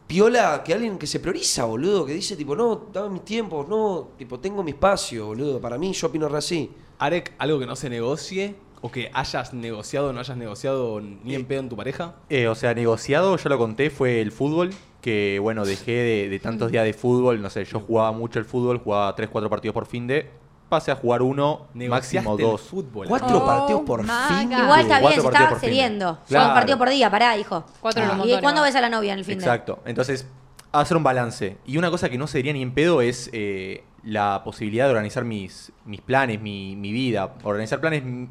piola que alguien que se prioriza, boludo. Que dice, tipo, no, dame mis tiempos, no, tipo, tengo mi espacio, boludo. Para mí, yo opino re así.
Arek, algo que no se negocie o que hayas negociado o no hayas negociado ni en pedo en tu pareja.
Eh, o sea, negociado, yo lo conté, fue el fútbol. Que bueno, dejé de, de tantos días de fútbol. No sé, yo jugaba mucho el fútbol, jugaba 3-4 partidos por fin de. Pasé a jugar uno,
Negociaste
máximo
el
dos.
fútbol.
Cuatro
Oh,
partidos por
my
fin.
God.
Igual
Cuatro
está bien, se
partidos
estaba
por fin.
cediendo. Son
Claro.
un partido por día, pará, hijo. Ah.
Cuatro en un
¿Y
montón,
cuándo
igual.
ves a la novia en el fin de?
Exacto. Entonces, hacer un balance. este, Y una cosa que no sería ni en pedo es eh, la posibilidad de organizar mis, mis planes, mi, mi vida. Organizar planes m-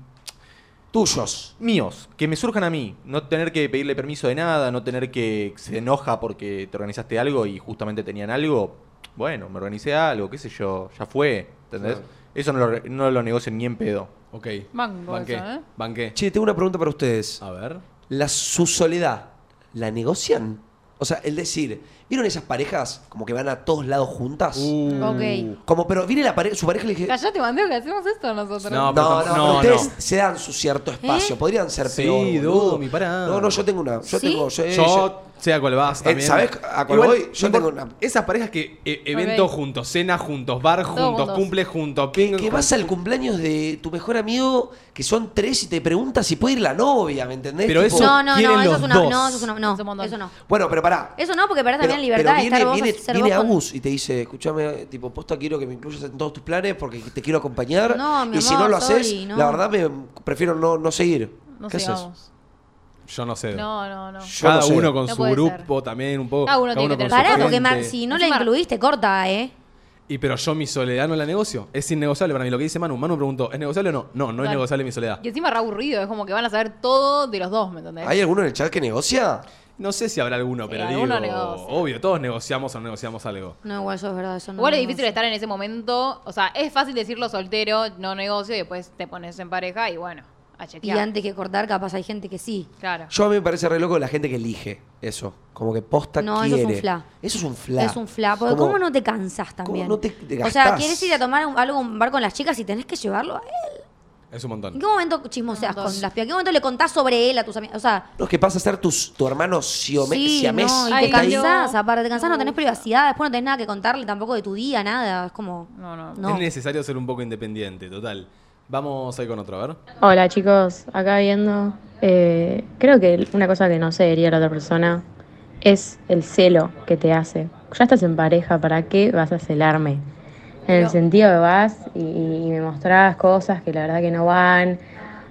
Tuyos.
míos, que me surjan a mí. No tener que pedirle permiso de nada, no tener que se enoja porque te organizaste algo y justamente tenían algo. Bueno, me organicé algo, qué sé yo, ya fue. ¿Entendés?
Claro.
Eso no lo, no lo negocio ni en pedo.
Ok.
Mango
Banqué.
eso, ¿eh?
Banqué.
Che, tengo una pregunta para ustedes.
A ver.
la, su soledad la negocian. O sea, el decir, ¿vieron esas parejas como que van a todos lados juntas?
Uh. Ok.
Como, pero viene la pareja, su pareja y le dije.
Mm. Callate, Mateo, que hacemos esto nosotros.
No, pero
No, no,
tam-
pero
no,
ustedes
no.
se dan su
¿Eh?
cierto espacio. Podrían ser
Sí,
peor. boludo.
Domi, pará.
No, no, yo tengo una. Yo
¿Sí?
tengo. Eh, Yo, Eh,
Yo sé a cuál vas también.
¿sabés a cuál voy? Yo
no
tengo
importa.
una-
Esas pareijas que eh, evento
Ok.
juntos, cena juntos, bar juntos,
juntos.
cumple juntos,
que,
ping-
que vas al cumpleaños de tu mejor amigo, que son tres, y te preguntas si puede ir la novia, ¿me entendés?
Pero eso-
No, no,
quieren
no, eso
los
es una.
dos.
No, eso es una.
Es un
No,
montón.
eso no.
Bueno, pero pará.
Eso no, porque perdés también
Pero-
la libertad de
pero
estar vos
viene,
ser
viene, viene
vos con-
Agus y te dice, escúchame, tipo, posta quiero que me incluyas en todos tus planes porque te quiero acompañar.
No, mi
y si no
amor,
lo haces,
sorry, no.
la verdad me prefiero no, no seguir.
No
¿Qué haces? Eh.
sigamos.
Yo no sé.
No, no, no.
Yo
Cada
no sé.
uno con su
No puede
grupo también, un poco.
Cada uno tiene que
con
tener
su
Pará, porque
gente.
Mar, si no la
Encima-
incluiste, corta, ¿eh?
Y pero yo mi soledad no la negocio. Es innegociable para mí. Lo que dice Manu. Manu preguntó, ¿es negociable o no? No, no es
Claro.
negociable mi soledad.
Y encima re aburrido, es como que van a saber todo de los dos, ¿me entendés?
¿Hay alguno en el chat que negocia?
No sé si habrá alguno,
Sí,
pero digo.
alguno negocia.
Obvio, todos negociamos o no negociamos algo.
No, igual eso es verdad, eso no.
Igual es
no,
difícil
no.
estar en ese momento. O sea, es fácil decirlo soltero, no negocio, y después te pones en pareja y bueno, a
Y
chequear.
antes que cortar, capaz hay gente que sí.
Claro.
Yo a mí me parece re loco la gente que elige eso. Como que posta
No, eso
quiere.
es un fla.
Eso es un fla.
Es un flapo.
Como-
¿Cómo no te cansas también?
no te- te
o sea,
gastás?
¿quieres ir a tomar un- algo a un bar con las chicas y tenés que llevarlo a él?
Es un montón.
¿En qué momento chismoseas
Un montón.
con las pibas? ¿En qué momento le contás sobre él a tus amigos? O sea,
No, es que pasa a ser tus, tu hermano siome,
sí,
siamés.
no, y
Ay,
te
¿está ahí?
cambió.
cansás. Aparte, te cansás, no,
No.
tenés privacidad. Después no tenés nada que contarle tampoco de tu día, nada. Es como...
No, no.
No.
Es necesario ser un poco independiente, total. Vamos ahí con otro, a ver.
Hola chicos, acá viendo, eh, creo que una cosa que no se diría a la otra persona es el celo que te hace. Ya estás en pareja, ¿para qué vas a celarme? En el sentido que vas y, y me mostrás cosas que la verdad que no van.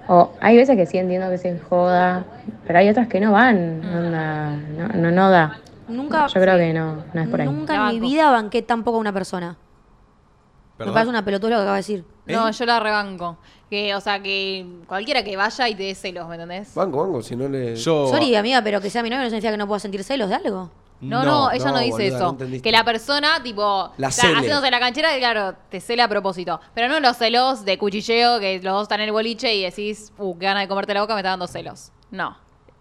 O hay veces que sí entiendo que se joda, pero hay otras que no van. onda, no, no, no da.
Nunca...
Yo creo que no, no es por ahí.
Nunca
La
en mi
banco.
vida banqué tampoco a una persona.
Perdón.
Me parece una pelotuda lo que acaba de decir.
No, yo la rebanco. Que, o sea, que cualquiera que vaya y te dé celos, ¿me entendés?
Banco, banco, si no le.
Yo.
Sorry, amiga, pero que sea mi novio no significa que no pueda sentir celos de algo.
No, no, ella no,
no,
dice
boluda, no
eso.
entendiste.
que la persona, tipo,
La
está
cele.
haciéndose la canchera, claro, te cela a propósito. Pero no los celos de cuchilleo, que los dos están en el boliche y decís, uh, qué gana de comerte la boca, me está dando celos. No.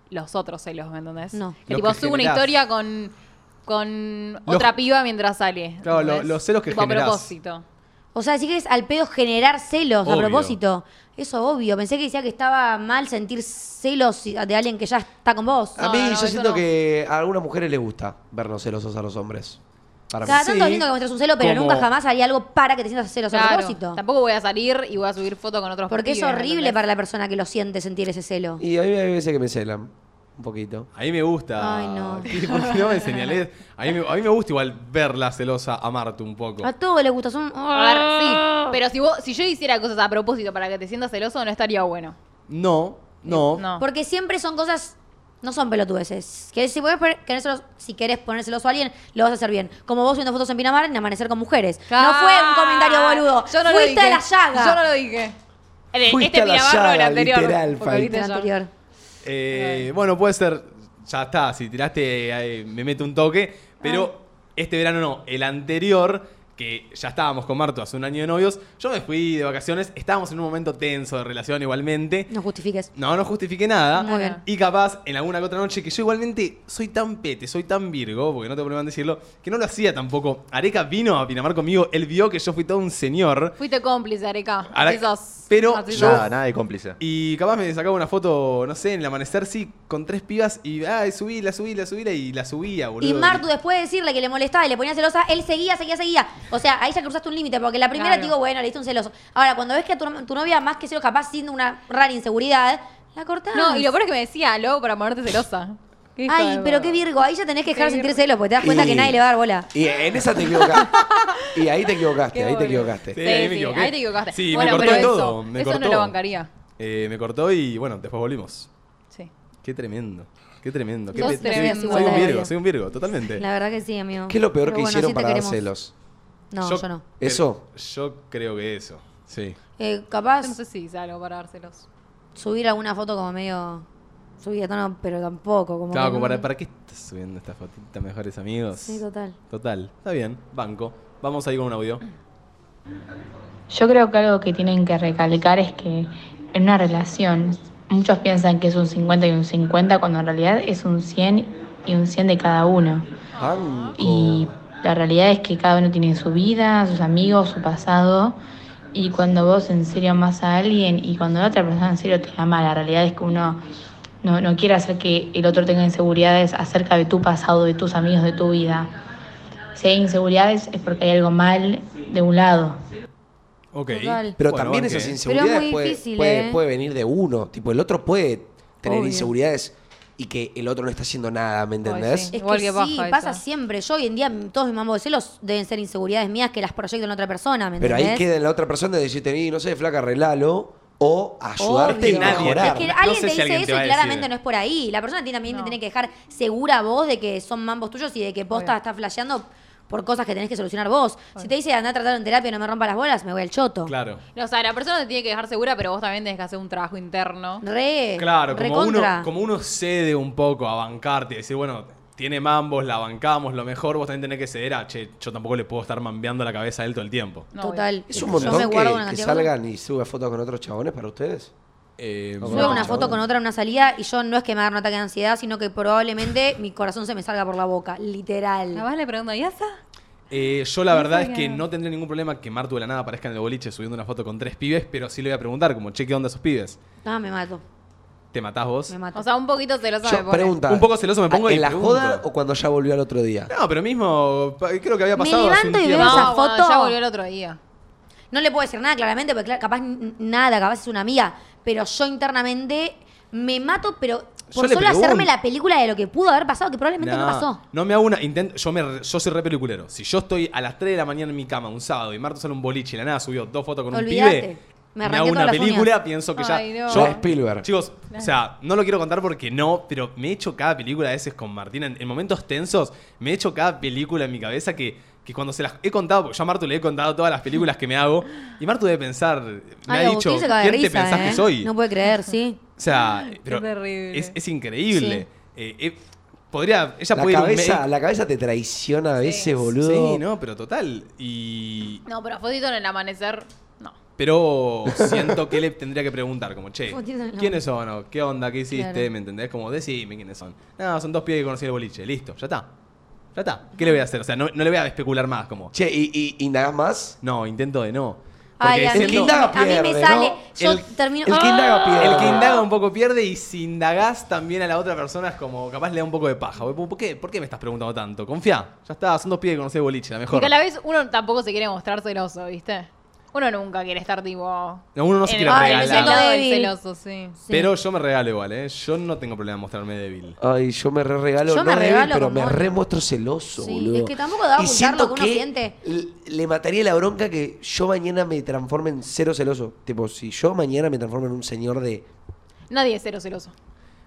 Los otros celos, ¿me entendés?
No.
Que
Los
tipo,
que
sube una
generás.
historia con, con
Los-
otra piba mientras sale.
Claro, lo-
¿entendés?
los celos que
Tipo, a
generás.
propósito.
O sea, sí que es al pedo generar celos a
Obvio.
propósito. Eso obvio. Pensé que decía que estaba mal sentir celos de alguien que ya está con vos.
A
No,
mí
no,
yo
eso
siento
no.
que a algunas mujeres les gusta vernos celosos a los hombres. Para mí.
Cada tanto
Sí,
es lindo que muestres un celo, pero
como-
nunca jamás haría algo para que te sientas celos a
Claro.
propósito.
Tampoco voy a salir y voy a subir foto con otros
Porque es
pibes,
horrible
¿entendés?
para la persona que lo siente sentir ese celo.
Y a mí hay veces que me celan. Un poquito.
A mí me gusta.
Ay, no.
¿Qué? ¿Por qué no me señalés? A mí me, a mí me gusta igual verla celosa a Marte un poco.
A todos les gusta. Son...
A ver, sí. Pero si, vos, si yo hiciera cosas a propósito para que te sientas celoso, no estaría bueno.
No, no.
No.
Porque siempre son cosas No son pelotudeces. Que si, podés poner- queréselo- si querés ponérselos a alguien, lo vas a hacer bien. Como vos subiendo fotos en Pinamar en amanecer con mujeres. No fue un comentario boludo.
Yo no
Fuiste
lo dije.
a la llaga.
Yo no lo dije. El-
Fuiste
Este
a la
Mirabarro
llaga,
el anterior.
literal,
porque
Fai.
ahorita
Del
ya-
anterior.
Eh, bueno, puede ser. Ya está, si tiraste, eh, me mete un toque. Pero este verano no, el anterior, que ya estábamos con Marto hace un año de novios, yo me fui de vacaciones. Estábamos en un momento tenso de relación igualmente.
No justifiques.
No, no justifiqué nada.
Muy bien.
Y capaz, en alguna que otra noche, que yo igualmente soy tan pete, soy tan virgo, porque no tengo problema en decirlo, que no lo hacía tampoco. Areca vino a Pinamar conmigo, él vio que yo fui todo un señor.
Fuiste cómplice, Areca.
Ahora-
Así sos.
pero
Así
yo-
sos.
Nada, nada de cómplice.
Y capaz me sacaba una foto, no sé, en el amanecer, sí, con tres pibas y, ah, subí, la subí, la subí, la- y la subía, boludo.
Y Martu, después de decirle que le molestaba y le ponía celosa, él seguía, seguía, seguía. O sea, ahí ya cruzaste un límite, porque la primera
Claro.
te digo, bueno, le diste un celoso. Ahora, cuando ves que a tu, tu novia, más que celos, capaz siendo una rara inseguridad, la cortás.
No, y lo peor es que me decía, loco, para ponerte celosa. Qué hijo
Ay,
de
pero
puta.
qué virgo, ahí ya tenés que dejar
Qué
de sentir
virgo.
celos, porque te das cuenta
Y-
que nadie le va a dar bola.
Y en esa te equivocaste. y ahí te equivocaste,
Qué
ahí te
boludo.
equivocaste.
Sí,
Sí,
ahí me
sí,
equivoqué.
ahí te equivocaste.
Sí, me
bueno,
cortó
pero
todo,
Eso,
me
eso
cortó.
no lo bancaría.
Eh, me cortó y, bueno, después volvimos.
Sí.
Qué tremendo, qué tremendo. Qué
Sos
pete. Soy-
tremendo.
Soy, un
Igualdad.
virgo, soy un virgo, totalmente.
La verdad que sí, amigo.
¿Qué es lo peor
Pero
que
bueno,
hicieron
sí te
para dar
queremos.
celos?
No, yo, no.
¿Eso?
Yo creo que eso, sí.
Eh,
Yo no
capaz
sé si hice algo para dárselos.
subir alguna foto como medio subida de tono, pero tampoco. Como
Claro,
que-
como para, ¿para qué estás subiendo esta fotita, mejores amigos?
Sí, total.
Total, está bien, banco. Vamos ahí con un audio.
Yo creo que algo que tienen que recalcar es que en una relación muchos piensan que es un 50 y un 50 cuando en realidad es un 100 y un 100 de cada uno.
Banco. Oh.
Y la realidad es que cada uno tiene su vida, sus amigos, su pasado. Y cuando vos en serio amas a alguien y cuando la otra persona en serio te ama, la realidad es que uno no, no quiere hacer que el otro tenga inseguridades acerca de tu pasado, de tus amigos, de tu vida. Si hay inseguridades es porque hay algo mal de un lado.
Ok.
Total.
Pero
Bueno,
también
banqué.
esas
Pero es
inseguridades
muy
puede,
difícil,
puede-
¿eh?
puede venir de uno. Tipo, el otro puede tener
Obvio.
inseguridades y que el otro no está haciendo nada, ¿me entendés?
sí.
Es
Igual que
que, sí,
baja
pasa
esa.
siempre. Yo hoy en día todos mis mambos de celos deben ser inseguridades mías que las proyecto en otra persona, ¿me
Pero ahí
entendés?
queda en la otra persona de decirte, "Ni, no sé, flaca, arreglalo. O ayudarte y
Obvio.
mejorar.
Es
mejorar.
que
No
alguien
sé
te
si
dice
alguien te
eso
va a
y claramente
decir.
no es por ahí. La persona tiene- también
No.
te tiene que dejar segura vos de que son mambos tuyos y de que posta
Obvio.
estás flasheando por cosas que tenés que solucionar vos. Si te dice andá a tratar en terapia no me rompa las bolas, me voy al choto.
Claro.
No, o sea, la persona te tiene que dejar segura, pero vos también tenés que hacer un trabajo interno.
Re.
Claro,
re
como uno,
contra.
como uno cede un poco a bancarte, a decir, bueno, tiene mambos, la bancamos, lo mejor, vos también tenés que ceder a, che, yo tampoco le puedo estar mambeando la cabeza a él todo el tiempo.
No,
Total.
Es un
Yo me
montón que,
guardo una
que
cantidad de cosas.
salgan y suba fotos con otros chabones para ustedes.
Eh,
Sube
Subo
Bueno,
una
chabón.
foto con otra en una salida y yo no es que me haga un ataque de ansiedad, sino que probablemente mi corazón se me salga por la boca,
La
literal.
vas le pregunta, ¿y esa?
eh, yo la verdad es que no tendría ningún problema que Martu de la nada aparezca en el boliche subiendo una foto con tres pibes, pero sí le voy a preguntar, como, che, ¿qué onda esos pibes?
No, Ah, me mato,
¿Te matás vos?
me mato.
O sea, un poquito celosa me
Yo,
pone.
pregunta.
Un poco celoso me pongo
¿En
y
la
pregunto.
joda o cuando ya volvió al otro día?
No, pero mismo, pa- creo que había
Me
pasado hace un
levanto y veo
tiempo.
esa
No, bueno,
foto.
ya volvió el otro día.
No le puedo decir nada claramente, porque cla- capaz n- nada, capaz es una amiga, pero yo internamente me mato, pero
Yo
por
le
solo hacerme
pregunto.
la película de lo que pudo haber pasado, que probablemente no,
Nah,
pasó.
No me hago una. Intento, yo, me, re- yo soy re peliculero. Si yo estoy a las 3 de la mañana en mi cama un sábado y Marto sale un boliche y la nada subió dos fotos con
Olvídate.
un pibe.
Me
Me,
arranqué
hago
todas
una
las
película,
uñas.
pienso que
Ay,
ya.
no.
Yo,
La Spielberg.
Chicos, o sea, no lo quiero contar porque no, pero me he hecho cada película a veces con Martín. En, en momentos tensos, me he hecho cada película en mi cabeza que, que cuando se las he contado, porque yo a Martu le he contado todas las películas que me hago, y Martu debe pensar, me
Ay,
ha
Agustín
dicho,
se caga de
¿quién te
risa,
pensás
¿eh?
que soy?
No puede creer, sí.
O sea, pero
terrible.
Es, es increíble. Eh, eh, podría, ella
La
puede ir a un
cabeza,
médico-
la cabeza te traiciona a veces, boludo.
Sí, no, pero total. Y.
No, pero fotito en el amanecer, no.
Pero siento que le tendría que preguntar, como, che,
Fotito en la
¿quiénes son? ¿O ¿Qué onda? ¿Qué hiciste?
Claro.
¿Me entendés? Como, decime quiénes son. No, son dos pies que conocí en el boliche. Listo, ya está. Ya está. ¿Qué le voy a hacer? O sea, no, no le voy a especular más, como,
Che, ¿y, y, y nada más?
no, intento de no.
Ay,
Porque
a
el
mí,
que
siento-
indaga
a mí me
pierde,
sale.
¿no?
Yo
El-
termino. ¡Ah!
El que indaga pierde.
El que indaga un poco pierde y si indagás también a la otra persona es como capaz le da un poco de paja. ¿Por qué, ¿Por qué me estás preguntando tanto? Confía, ya está, son dos pies que conocí de boliche, la mejor.
Porque a la vez uno tampoco se quiere mostrar celoso, ¿viste? Uno nunca quiere estar tipo.
No, uno no se
en
quiere
el-
regalar.
en el lado del
Débil.
celoso, sí.
Sí.
Pero yo me regalo igual, ¿eh? Yo no tengo problema en mostrarme débil.
Ay, yo me re regalo,
Yo
no
me
débil,
regalo
pero
con
me
mono.
re muestro celoso,
Sí,
boludo.
es que tampoco da a
Y
ocultar
siento
lo que uno
que
siente.
l- Le mataría la bronca que yo mañana me transforme en cero celoso. Tipo, si yo mañana me transformo en un señor de.
Nadie es cero celoso.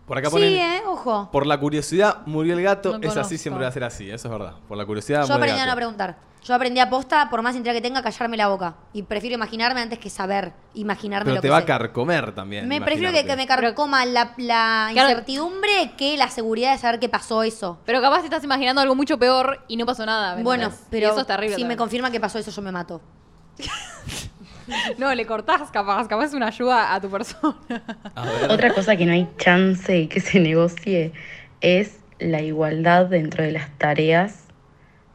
Por acá
sí,
ponen.
eh, ojo.
Por la curiosidad murió el gato.
No
es así,
conozco.
siempre va a ser así. Eso es verdad. Por la curiosidad
Yo
murió el
aprendí a no
gato.
preguntar. Yo aprendí a posta, por más intriga que tenga, callarme la boca. Y prefiero imaginarme antes que saber. Imaginarme
Pero
lo
te
que
va
sé.
a carcomer también.
Me prefiero que, que me
imaginarte.
carcoma la, la
Claro.
incertidumbre que la seguridad de saber que pasó eso.
Pero capaz te estás imaginando algo mucho peor y no pasó nada. ¿me
Bueno,
entendés? Y
pero
eso es terrible.
si me
también.
confirman que pasó eso, yo me mato.
No, le cortás capaz, capaz es una ayuda a tu persona.
A ver.
Otra cosa que no hay chance que se negocie es la igualdad dentro de las tareas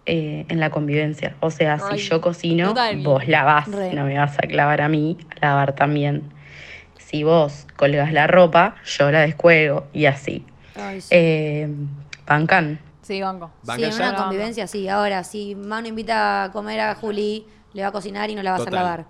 eh, en la convivencia. O sea,
Ay,
si yo cocino,
total.
vos lavás,
Re.
no me vas a clavar a mí a lavar también. Si vos colgas la ropa, yo la descuelgo y así.
Ay, sí.
Eh, bancan.
Sí, banco.
Sí,
Banca
en
ya.
una convivencia, sí. Ahora, si Manu invita a comer a Juli, le va a cocinar y no la vas
Total.
a lavar.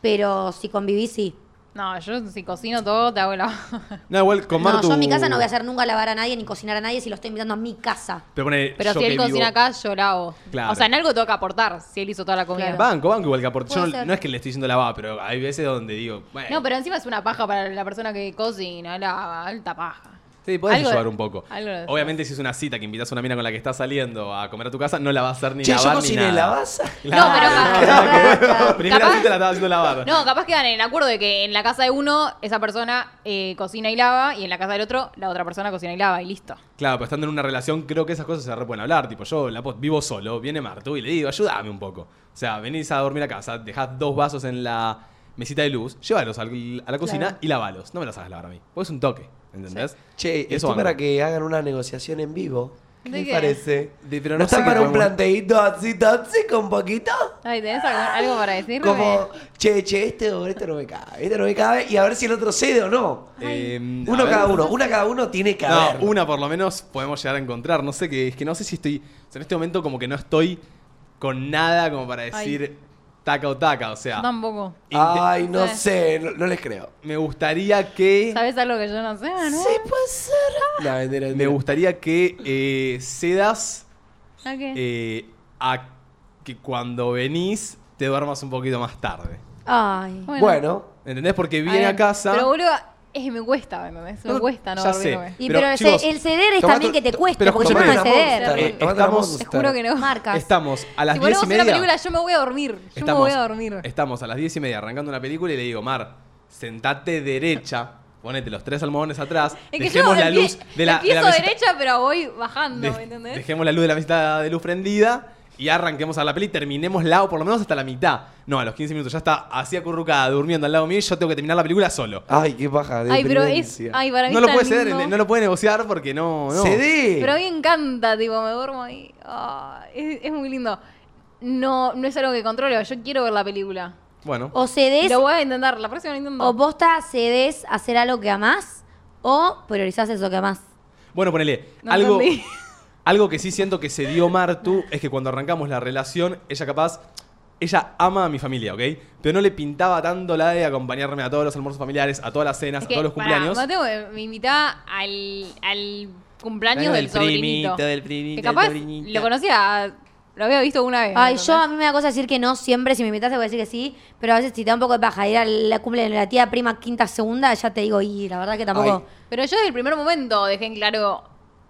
Pero si convivís, sí.
No, yo si cocino todo, te hago la...
No, igual con
No,
Martu-
yo en mi casa no voy a hacer nunca lavar a nadie ni cocinar a nadie si lo estoy invitando a mi casa.
Pero, pone,
Pero
yo
si él
que vivo-
cocina acá, yo la hago.
Claro.
O sea, en algo tengo que aportar si él hizo toda la comida.
Banco, banco igual que aporte. Yo
Puede
no,
ser.
no es que le estoy diciendo la va, pero hay veces donde digo. Bueno,
No, pero encima es una paja para la persona que cocina, la alta paja.
Sí, podés
algo-
ayudar un poco.
algo de-
Obviamente, si es una cita que invitas a una mina con la que estás saliendo a comer a tu casa, no la va a hacer ni
Che,
lavar
yo cociné,
ni
¿la
nada.
vas a-
No, pero-
Primera
Capaz-
cita la estaba haciendo lavar.
No, capaz quedan en el acuerdo de que en la casa de uno, esa persona eh, cocina y lava, y en la casa del otro, la otra persona cocina y lava, y listo.
Claro, pero estando en una relación, creo que esas cosas se re pueden hablar. Tipo, yo la pos- vivo solo, viene Martu y le digo, ayúdame un poco. O sea, venís a dormir a casa, dejás dos vasos en la mesita de luz, llévalos al- a la cocina y lavalos. No me los hagas lavar a mí. Pues es un toque, ¿entendés?
Che,
Y eso
estoy
banco.
para que hagan una negociación en vivo. ¿Qué
¿De
les
qué?
parece?
De- pero
¿No,
no sé
está
qué
para un
podemos-
planteíto así, tóxico un poquito?
Ay, ¿tenés algo, algo para decirme?
Como, che, che, este, o este no me cabe, este no me cabe, y a ver si el otro cede o no.
Eh, a
Uno
ver.
cada uno, una cada uno tiene que
No,
haber.
una por lo menos podemos llegar a encontrar. No sé qué, es que no sé si estoy. o sea, en este momento como que no estoy con nada como para decir taca o taca. O sea,
Yo tampoco.
inte-
Ay, no
Sí.
sé, no, no les creo.
me gustaría que.
¿Sabes algo que yo no sé? ¿no?
Sí, puede ser. No, mentira,
Me
mentira.
gustaría que eh, cedas
¿A qué?
eh, a que cuando venís te duermas un poquito más tarde.
Ay.
Bueno,
¿Entendés? Porque
a
viene a,
ver,
casa.
Pero boludo, es, me cuesta, ¿me entendés? Me
No,
cuesta no
ya
dormirme.
sé.
Y
Pero,
pero, el ce-
chicos,
el ceder es
tomate-
también que te
to-
cueste,
pero
porque yo no
escúchame,
voy a
Monster,
ceder.
Terrible.
tomate una
Eh, Estamos-
Te
Monster.
juro que no.
Marcas.
Estamos a las
si
10
volvemos
y
a una
media.
película, yo me voy a dormir. Yo me voy a dormir.
Estamos a las 10 y media arrancando una película y le digo, Mar, sentate derecha, ponete los tres almohadones atrás,
Es que
dejemos
yo
la
empie-
luz de la, de la
empiezo
mesita-
derecha, pero voy bajando,
de-
¿me entendés?
Dejemos la luz de la mesita de luz prendida y arranquemos a la peli, terminemos la o por lo menos hasta la mitad. No, a los 15 minutos ya está así acurrucada, durmiendo al lado mío y yo tengo que terminar la película solo.
Ay, qué paja.
Ay, pero es.
dependencia.
Ay, para mí
No lo
es
puede
tan
ceder,
lindo.
no lo puede negociar porque no. no.
Cedé.
Pero a mí me encanta, tipo, me duermo ahí. Ah, es, es muy lindo. No, no es algo que controlo, yo quiero ver la película.
Bueno,
Oh.
O cedes
Lo voy a intentar, la próxima lo intento.
o posta cedes a hacer algo que amás o priorizás eso que amás.
bueno, ponele.
No
algo.
entendí.
Algo que sí siento que se dio Martu es que cuando arrancamos la relación, ella capaz. Ella ama a mi familia, ¿ok? Pero no le pintaba tanto la de acompañarme a todos los almuerzos familiares, a todas las cenas,
Es
a
que,
todos los
pará,
cumpleaños.
Mateo me, me invitaba al, al cumpleaños del, sobrinito.
del primito,
que
del
capaz
sobrinito.
lo conocía, lo había visto una vez.
Ay,
Eh, ¿entendés?
yo a mí me da cosa decir que no siempre, si me invitas te voy a decir que sí, pero a veces si te da un poco de paja ir a la cumple de la tía prima quinta segunda, ya te digo, y la verdad que tampoco.
Pero yo desde el primer momento dejé en claro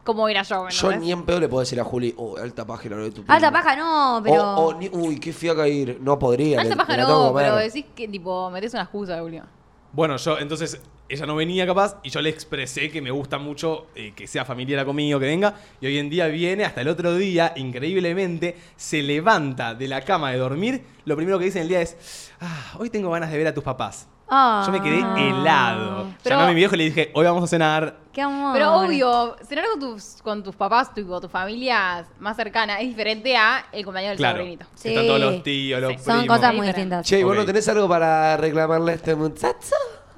cómo era yo. ¿me
Yo
entendés?
ni en pedo le puedo decir a Juli, oh, alta paja la hora de tu
Alta
primo".
paja no, pero.
O, o ni- uy, qué fiaca ir. No podría.
Alta
me- me
paja
la tengo que
no,
comer.
pero decís que tipo metés una excusa de última.
Bueno, yo, entonces, ella no venía capaz y yo le expresé que me gusta mucho eh, que sea familiar conmigo, que venga. Y hoy en día viene, hasta el otro día, increíblemente, se levanta de la cama de dormir. Lo primero que dice en el día es: "Ah, Hoy tengo ganas de ver a tus papás. Yo me quedé
Ah.
helado.
Pero-
Llamé a mi viejo y le dije: Hoy vamos a cenar.
Qué amor.
Pero obvio, cenar con tus, con tus papás tu- o tu familia más cercana es diferente a el compañero del
Claro.
sobrinito.
Sí.
Están todos los tíos, los
Son
primos.
cosas muy
Diferente.
distintas.
Che, ¿y ¿vos
Ok.
no tenés algo para reclamarle a este muchacho?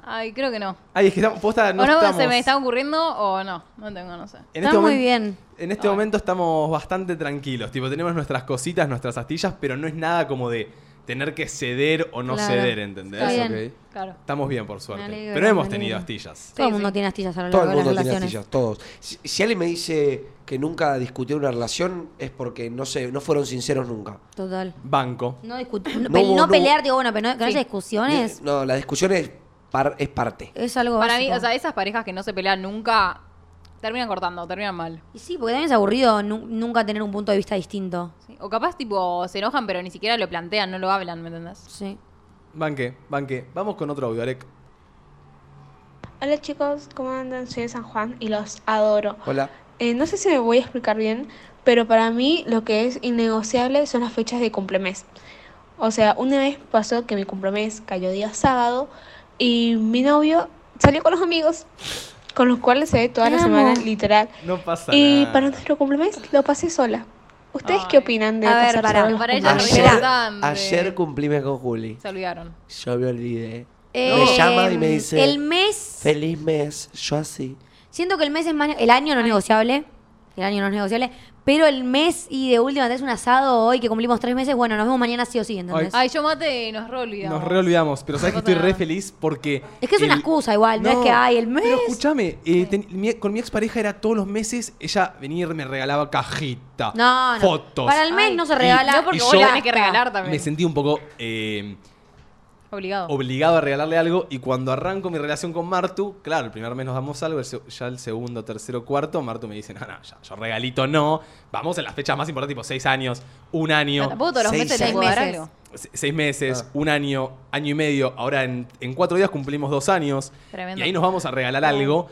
Ay, creo que no.
Ay, es que estamos, posta, no
o no
estamos-
se me está ocurriendo o no. No tengo, no sé.
En
Está
este
muy
momen-
bien.
En este momento estamos bastante tranquilos. Tipo, tenemos nuestras cositas, nuestras astillas, pero no es nada como de tener que ceder o no
Claro.
ceder, ¿entendés?
Está
Ok.
bien.
Claro.
Estamos bien, por suerte.
Me alegro,
pero hemos
me
tenido
alegro.
astillas.
Todo el
Sí,
mundo
sí.
tiene astillas a lo
Todo
largo
el
de las
mundo tiene
relaciones.
astillas, todos. Si, si alguien me dice que nunca discutió una relación, es porque no sé, no fueron sinceros nunca.
Total.
Banco.
No, discu- no,
No
pe-
hubo-
no
no
pelear,
hubo-
digo, bueno, pero no, que no
Sí.
haya discusiones.
No, las discusiones par- es parte.
Es algo
Para mí,
básico.
o sea, esas parejas que no se pelean nunca terminan cortando, terminan mal.
Y sí, porque también es aburrido nu- nunca tener un punto de vista distinto.
¿sí? O capaz, tipo, se enojan, pero ni siquiera lo plantean, no lo hablan, ¿me entendés?
Sí.
Banque, banque. Vamos con otro audio, Arek.
Hola chicos, ¿cómo andan? Soy de San Juan y los adoro.
Hola.
Eh, no sé si me voy a explicar bien, pero para mí lo que es innegociable son las fechas de cumplemes. O sea, una vez pasó que mi cumplemes cayó día sábado y mi novio salió con los amigos, con los cuales se ve toda la
Te
semana,
amo.
literal.
No pasa
Y
nada.
para nuestro cumplemes lo pasé sola. ¿Ustedes qué
Ay.
opinan de
A ver,
pasar
para-
sola los
para ella no
cumpleaños?
es
Ayer,
importante.
ayer cumplimos con Juli.
Se olvidaron.
Yo me olvidé.
Eh,
me llama y me dice,
El mes.
feliz mes. Yo así.
Siento que el mes es más. El año no es negociable. El año no es negociable. Pero el mes y de última tenés un asado hoy que cumplimos tres meses. Bueno, nos vemos mañana sí o sí, ¿entendés?
Ay, yo mate, nos reolvidamos.
Nos reolvidamos, pero sabes que
No
estoy
pasa
re
nada.
feliz porque.
Es que es una excusa igual, no es que, ay, el mes.
Pero escúchame, eh, ten- mi- con mi expareja era todos los meses, ella venía y me regalaba cajita,
no, no.
fotos.
Para el mes no se regala.
Y-
No, porque
y
vos
yo
la tenés que regalar también.
Me sentí un poco eh,
Obligado.
obligado a regalarle algo y cuando arranco mi relación con Martu, claro, el primer mes nos damos algo, el se- ya el segundo, tercero, cuarto, Martu me dice, no, no, ya, yo regalito no, vamos en las fechas más importantes, tipo seis años, un año,
Ah, Tampoco todos los
Seis
meses le
años.
puedo dar
Meses.
algo.
se- seis meses, un año, año y medio, ahora en, en cuatro días cumplimos dos años
Tremendo.
y ahí nos vamos a regalar algo,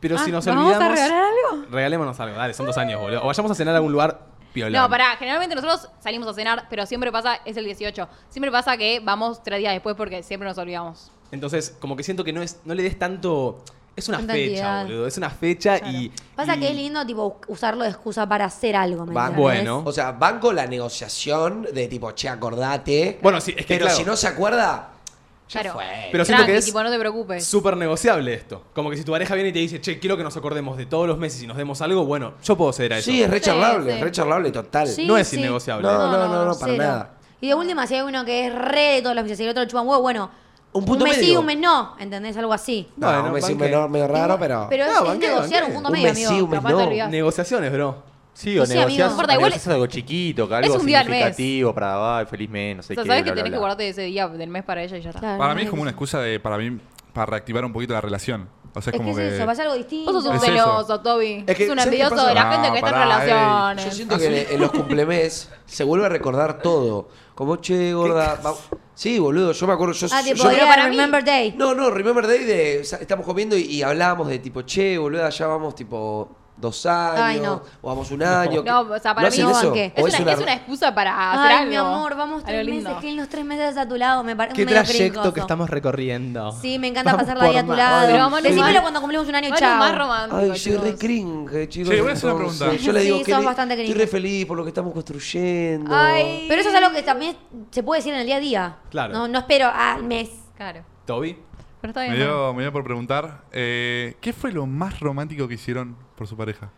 pero si
Ah,
nos
¿nos vamos
olvidamos...
a regalar algo?
Regalémonos algo, dale, son dos años, boludo. O vayamos a cenar a algún lugar piola.
No, pará, generalmente nosotros salimos a cenar, pero siempre pasa, es el 18. Siempre pasa que vamos tres días después porque siempre nos olvidamos.
Entonces, como que siento que no es no le des tanto... Es una
Tanta
fecha,
entidad.
boludo. Es una fecha y...
Pasa
y-
que es lindo, tipo, usarlo de excusa para hacer algo. ¿me
Va-
entendés?
Bueno.
O sea, van con la negociación de tipo, che, acordate.
Bueno, sí, es que
Pero
claro.
si no se acuerda, ya
Claro.
fue.
Pero siento
Tranqui,
que es
tipo, no te preocupes.
súper negociable esto. Como que si tu pareja viene y te dice, che, quiero que nos acordemos de todos los meses y nos demos algo, bueno, yo puedo ceder a eso.
sí, es recharlable,
Sí, sí.
recharlable total.
Sí,
no es
sí.
innegociable.
No, no, no, no, para
Cero.
nada.
Y de última, si hay uno que es re de todos los meses y el otro le chupa un huevo, bueno.
Un punto
mes sí,
medio.
un mes no, ¿entendés? Algo así.
No,
Bueno,
me
banqué.
medio, medio raro, pero.
Pero
No,
es- es,
banqué,
negociar
banqué.
un punto
Un
medio,
mes
amigo.
sí, un mes
Capaz te
no.
olvidás.
Negociaciones, bro.
Sí, o
Sí, amigo.
negociás,
No importa,
igual
negociás algo chiquito, que
es
algo
un día al mes.
significativo para va, feliz mes, no sé
O sea,
qué,
sabes que
bla, bla,
tenés que
bla.
guardarte ese día del mes para ella y ya está.
Claro,
Para
no
mí es
sé
como
qué
una
sé.
excusa de, para mí, para reactivar un poquito la relación. O sea, es,
Es que
como
es
que...
eso, pasa algo distinto.
Vos sos un
Es eso.
celoso, Toby.
Es que,
es un
¿sabes qué
envidioso
pasa? eh.
de la
Ah,
gente que está en
pará, ey.
Yo
relaciones.
siento que en- en los cumplemes se vuelve a recordar todo. Como, che, gorda. va- Sí, boludo, yo me acuerdo. Yo,
Ah,
yo-
tipo,
yo-
yeah,
para mí-
Remember Day.
No, no, Remember Day de. o sea, Estamos comiendo y, y hablábamos de tipo, che, boludo, allá vamos tipo dos años.
Ay, no.
O vamos un año.
No, o sea, para mí
¿No hacen
no
eso?
banqué.
¿O
Es una, es una excusa para hacer
Ay,
algo.
mi amor, vamos
algo
tres meses,
lindo.
que en los tres meses a tu lado me parece
Qué
medio
trayecto
cringoso.
que estamos recorriendo.
Sí, me encanta
Vamos
pasarla ahí
por
a tu
más.
lado.
Pero Manu,
Decímelo
Manu-
cuando cumplimos un año,
Manu
chao.
más romántico.
Ay, soy re
chicos.
cringe, chicos.
Che, voy a hacer una
entonces.
pregunta.
Yo le digo
Sí,
que
sos
le-
bastante cringe.
estoy re feliz por lo que estamos construyendo.
Ay.
Pero eso es algo que también se puede decir en el día a día.
Claro.
No, no espero al mes.
Claro.
Toby.
Pero está bien.
Me
Manu.
dio, me dio por preguntar, eh, ¿qué fue lo más romántico que hicieron por su pareja?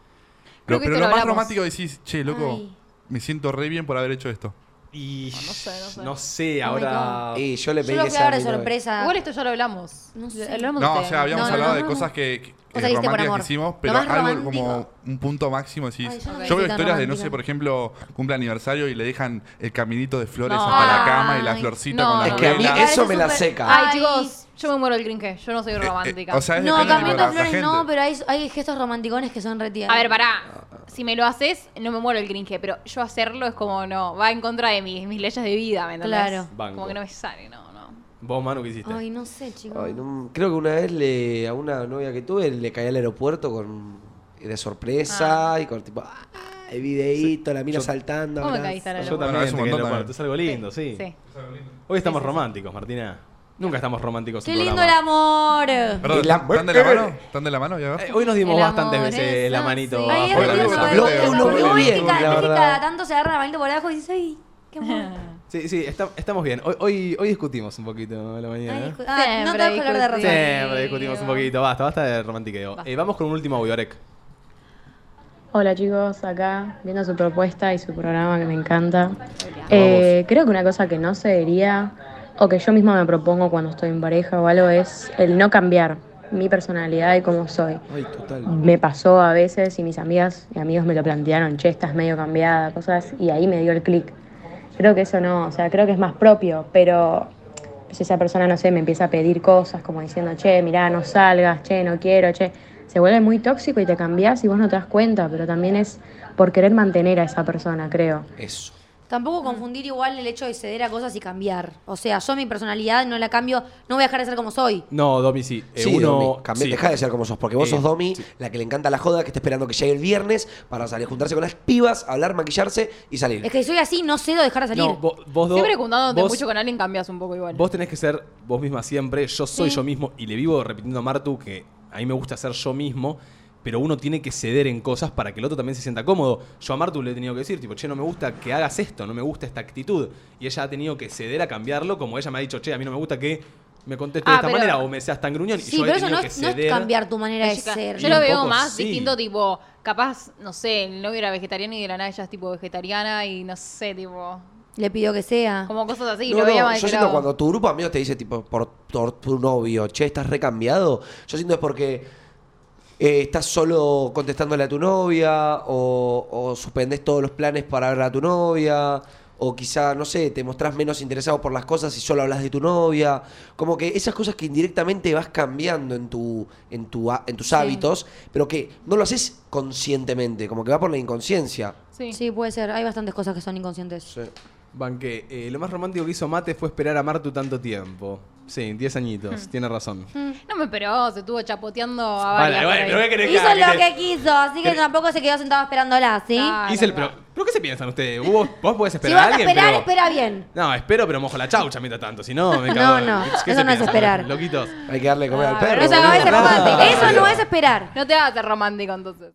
Creo
Lo-
que
pero
esto
lo
lo
más
hablamos.
romántico decís, che, loco,
Ay.
me siento re bien por haber hecho esto.
Y no
sé, no sé.
sé,
Oh my
ahora...
Y yo le
Yo
pedí
lo
que
fui
sea
a ver de
mi novia.
sorpresa.
Igual esto ya lo hablamos.
No sé.
Lo hablamos
No, o
ustedes.
sea, habíamos
No, no,
hablado
no,
de
no.
cosas que, que-
O sea,
eh,
viste por
románticas
amor.
que hicimos,
Lo
pero
más
algo
romántico.
como un punto máximo decís.
Ay, yo no
yo
soy
veo
tan
historias de, no
romántica.
sé, por ejemplo, cumple aniversario y le dejan el caminito de flores
No.
hasta la cama y la
Ay,
florcita
no.
con la
Es que a mí
vela.
Claro,
eso me la
súper-
seca.
Ay, chicos, yo me muero del cringe. Yo no soy romántica.
Eh, eh, o sea, es
No,
depende de
camino
la-
de
la
flores no,
gente.
pero hay, hay gestos romanticones que son retirados.
A ver, pará. Si me lo haces, no me muero el cringe, pero yo hacerlo es como no, va en contra de mis, mis leyes de vida, ¿me entendés?
Claro.
Banco.
Como que no me sale, no, no.
Vos, Manu, ¿qué hiciste?
Ay, no sé, chicos.
Ay, no- creo que una vez le, a una novia que tuve le caí al aeropuerto con de
Ah.
sorpresa y con tipo, ay, videíto, la mira saltando.
¿Cómo me
abrazo.
caíste al
Yo
aeropuerto?
también.
Bueno, es un
te
montón
quería
también.
poner, Es algo lindo, sí.
Sí.
Hoy estamos románticos, Martina. Nunca estamos románticos. en
Qué lindo el
programa.
amor.
Perdón,
Y la-
¿Están de la mano? ¿Están de la mano? Ya va.
Eh, hoy nos dimos
El
bastantes
amor
veces
es
la manito.
así.
Ay, es
abajo.
Hola,
re lindo
Lu,
eso.
¿cómo estás?
Lo
Lo
único
bien,
que cada-
la
ves que
verdad.
cada tanto se agarra la manito por debajo y dices, ay, qué amor.
Sí, sí, está- estamos bien. Hoy, hoy, hoy discutimos un poquito a la mañana.
Ay, discu- ah, no te voy a color de rosa.
Siempre discutimos un poquito. Basta, basta de romantiqueo. Eh, vamos con un último audio, Arek.
Hola chicos, acá viendo su propuesta y su programa que me encanta. Eh, creo que una cosa que no se diría o que yo misma me propongo cuando estoy en pareja o algo es el no cambiar mi personalidad y cómo soy.
Ay,
Mm.
total.
Me pasó a veces y mis amigas y amigos me lo plantearon, che, estás medio cambiada, cosas, y ahí me dio el clic. Creo que eso no, o sea, creo que es más propio, pero si esa persona, no sé, me empieza a pedir cosas como diciendo, che, mirá, no salgas, che, no quiero, che, se vuelve muy tóxico y te cambias y vos no te das cuenta, pero también es por querer mantener a esa persona, creo.
Eso.
Tampoco confundir igual el hecho de ceder a cosas y cambiar. O sea, yo mi personalidad no la cambio, no voy a dejar de ser como soy.
No, Domi, sí. Eh,
Sí,
uno,
Domi, cambié-
sí.
dejá de ser como sos, porque vos
Eh,
sos Domi, la que le encanta la joda, que está esperando que llegue el viernes para salir, juntarse con las pibas, hablar, maquillarse y salir.
Es que soy así, no cedo dejar de salir.
No, vo- vos, do-
Siempre juntándote
vos-
mucho con alguien cambias un poco igual.
Vos tenés que ser vos misma siempre. Yo soy
Sí.
yo mismo y le vivo repitiendo a Martu que a mí me gusta ser yo mismo, pero uno tiene que ceder en cosas para que el otro también se sienta cómodo. Yo a Martu le he tenido que decir, tipo, che, no me gusta que hagas esto, no me gusta esta actitud. Y ella ha tenido que ceder a cambiarlo, como ella me ha dicho, che, a mí no me gusta que me contestes de
Ah,
esta
pero-
manera o me seas tan gruñón. y
sí,
yo
pero
he
eso
tenido
no,
que
es- no
ceder.
es cambiar tu manera de
Chica,
ser.
Yo lo
un
veo
poco
más
sí.
distinto, tipo, capaz, no sé, el novio era vegetariano y de la nada ella es tipo vegetariana y no sé, tipo,
Le pido que sea.
como cosas así.
No,
lo
no,
veía más
yo
de
siento
lado.
cuando tu grupo de amigos te dice, tipo, por, por tu novio, che, estás recambiado, yo siento es porque eh, estás solo contestándole a tu novia o, o suspendes todos los planes para ver a tu novia. O quizá, no sé, te mostrás menos interesado por las cosas y solo hablas de tu novia. Como que esas cosas que indirectamente vas cambiando en, tu, en, tu, ha- en tus hábitos, pero que no lo haces conscientemente, como que va por la inconsciencia.
Sí.
Sí, puede ser. Hay bastantes cosas que son inconscientes.
Banqué, eh, lo más romántico que hizo Mate fue esperar a Martu tanto tiempo. Sí, 10 añitos,
Hmm.
tiene razón.
No me esperó, se estuvo chapoteando a
Vale,
varias.
bueno,
por ahí.
pero ¿qué querés que
Hizo
haga?
lo
¿Qué
que quiso, así que
que-
tampoco se quedó sentado esperándola, ¿sí?
Ah,
Hice el
no,
pro- ¿Pero qué se piensan ustedes? Vos, vos podés
si
esperar
vas
a
a
alguien,
esperar,
pero-
espera bien.
No, espero, pero mojo la chaucha mientras tanto. Si no, me cago. en-
no,
¿Qué
eso
se
no es
piensan,
esperar.
Loquitos.
Hay que darle de comer al
pero
perro.
Ah, No se acaba de
boludo.
ser romántico. Eso no es
no.
esperar.
No te hagas romántico entonces.